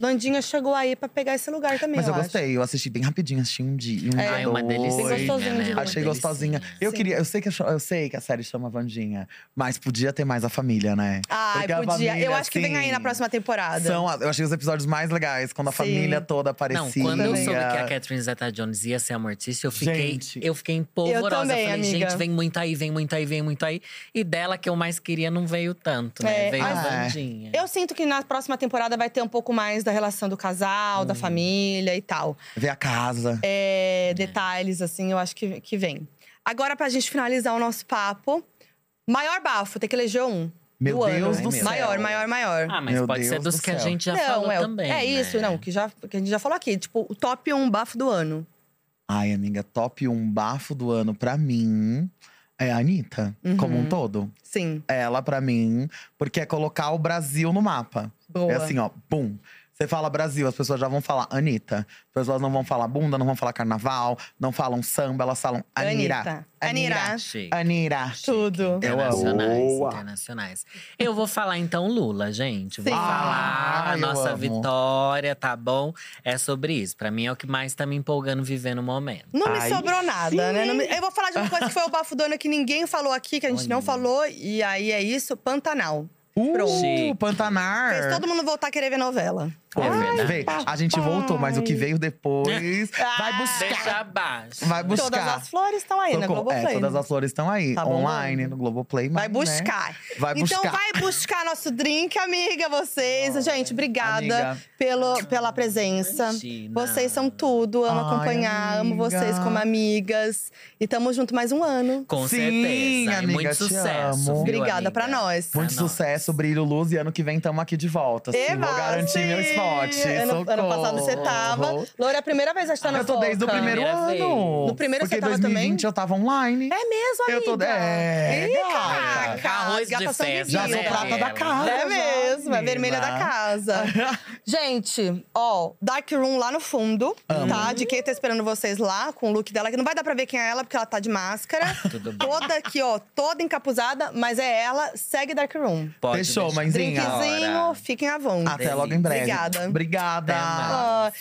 A: Landinha chegou aí pra pegar esse lugar também.
C: Mas eu
A: acho.
C: gostei, eu assisti bem rapidinho, assisti um dia. Um
D: Ah,
C: dia
D: é uma
C: dois.
D: delícia.
A: Bem gostosinho de
D: né?
A: ver.
D: Uma
C: Achei gostosinha.
D: delicinha.
C: Eu
A: Sim.
C: queria, eu sei, que, a cho- eu sei que a série chama Vandinha, mas podia ter mais a família, né?
A: Ai,
C: Porque a
A: podia.
C: família,
A: eu acho que vem
C: assim,
A: aí na próxima temporada.
C: São, a- eu achei os episódios mais legais, quando a
A: Sim.
C: família toda aparecia.
D: Não, quando eu soube que a
C: Catherine.
D: Catherine Zeta-Jones ia ser a Mortícia, eu fiquei,
C: Gente.
D: eu fiquei empolvorosa.
A: Eu também,
D: Falei,
A: amiga.
D: gente, vem muito aí, vem muito aí, vem muito aí. E dela que eu mais queria não veio tanto, né?
A: É,
D: veio a
C: ah, é.
D: Vandinha.
A: Eu sinto que na próxima temporada vai ter um pouco mais da relação do casal,
C: Hum.
A: da família e tal.
C: Ver a casa.
A: É, detalhes, assim, eu acho que, que vem. Agora, pra gente finalizar o nosso papo, maior bafo, tem que eleger um.
C: Meu
A: do
C: Deus
A: ano.
C: do céu.
A: Maior, maior, maior.
D: Ah, mas
C: Meu
D: pode ser
C: Deus
D: dos
C: do
D: que a
C: céu.
D: gente já
A: não,
D: falou
A: é, o-
D: também.
A: é isso,
D: né?
A: não, que, já, que a gente já falou aqui. Tipo, o top 1 bafo do ano.
C: Ai, amiga, top 1 bafo do ano pra mim é a Anitta, como
A: Uhum.
C: um todo.
A: Sim.
C: Ela, pra mim, porque é colocar o Brasil no mapa.
A: Boa.
C: É assim, ó, bum. Você fala Brasil, as pessoas já vão falar Anitta. As pessoas não vão falar bunda, não vão falar carnaval, não falam samba, elas falam Anira.
A: Anitta. Anira.
D: Chique.
C: Anira.
A: Tudo.
C: Eu amo.
D: Internacionais,
B: Boa.
D: internacionais. Eu vou falar então Lula, gente. Vou
A: Sim.
D: falar
C: Ah,
D: a
C: eu
D: nossa
C: amo.
D: vitória, tá bom? É sobre isso. Pra mim é o que mais tá me empolgando viver no momento.
A: Não me
B: Aí
A: sobrou nada,
B: sim,
A: né?
B: hein?
A: Não me- Eu vou falar de uma coisa que foi o bafo do ano que ninguém falou aqui, que a gente não
D: Olha.
A: falou. E aí é isso, Pantanal.
C: Uh,
D: Chique.
C: Pantanar.
A: Fez todo mundo voltar a querer ver novela.
D: É verdade.
C: Vê, a gente voltou, mas o que
A: <laughs>
C: veio depois vai
D: Deixa
C: buscar.
D: abaixo.
C: Vai buscar.
A: Ah. Todas as flores estão aí na
C: Socorro.
A: Globoplay.
C: É, todas
A: né?
C: as flores estão aí,
A: Tá
C: online,
A: bombando.
C: no Globoplay.
A: Vai
C: mas, né?
A: buscar.
C: Vai buscar.
A: Então vai buscar nosso drink, amiga, vocês. Gente, obrigada
C: Amiga.
A: pelo, pela presença.
D: Imagina.
A: Vocês são tudo, amo
C: Ai,
A: acompanhar, amo
C: amiga.
A: vocês como amigas. E tamo junto mais um ano.
D: Com
C: Sim,
D: certeza. e
C: amiga,
D: muito
C: te
D: sucesso.
C: amo.
D: viu,
A: Obrigada
D: amiga?
A: pra nós.
D: Pra
C: Muito
D: nós.
C: sucesso, brilho, luz. E ano que vem estamos aqui de volta. Assim,
A: Eva,
C: vou garantir
A: sim!
C: meu spot.
A: Ano, ano passado você
C: socorro.
A: tava. Loura, é a primeira vez que você tá na
C: Eu tô desde o
A: Foca.
C: primeiro
D: Primeira
C: ano.
D: vez.
A: No primeiro
C: Porque
A: você tava
C: em 2020
A: também?
C: eu tava online.
A: É mesmo,
C: Eu
A: amiga?
C: tô- é,
A: Ih,
C: gata.
A: caraca!
D: Arroz de
A: gata
D: festa.
C: Já sou
A: sanguínea.
C: prata da
D: É,
C: casa.
A: É mesmo,
C: já,
A: é vermelha da
C: menina. <laughs>
A: casa. Gente, ó, Dark Room lá no fundo, tá? De quem tá esperando vocês lá, com o look dela. Que não vai dar pra ver quem é ela, porque ela tá de máscara.
D: Ah, Tudo bem.
A: toda aqui, ó, toda encapuzada, mas é ela. Segue Dark Room.
D: Pode
C: Fechou,
D: deixar.
C: mãezinha.
A: Drinkzinho,
D: Hora.
A: fiquem à vontade.
C: Até logo em breve.
A: Obrigada.
C: Obrigada.
D: Até mais.
A: Ah,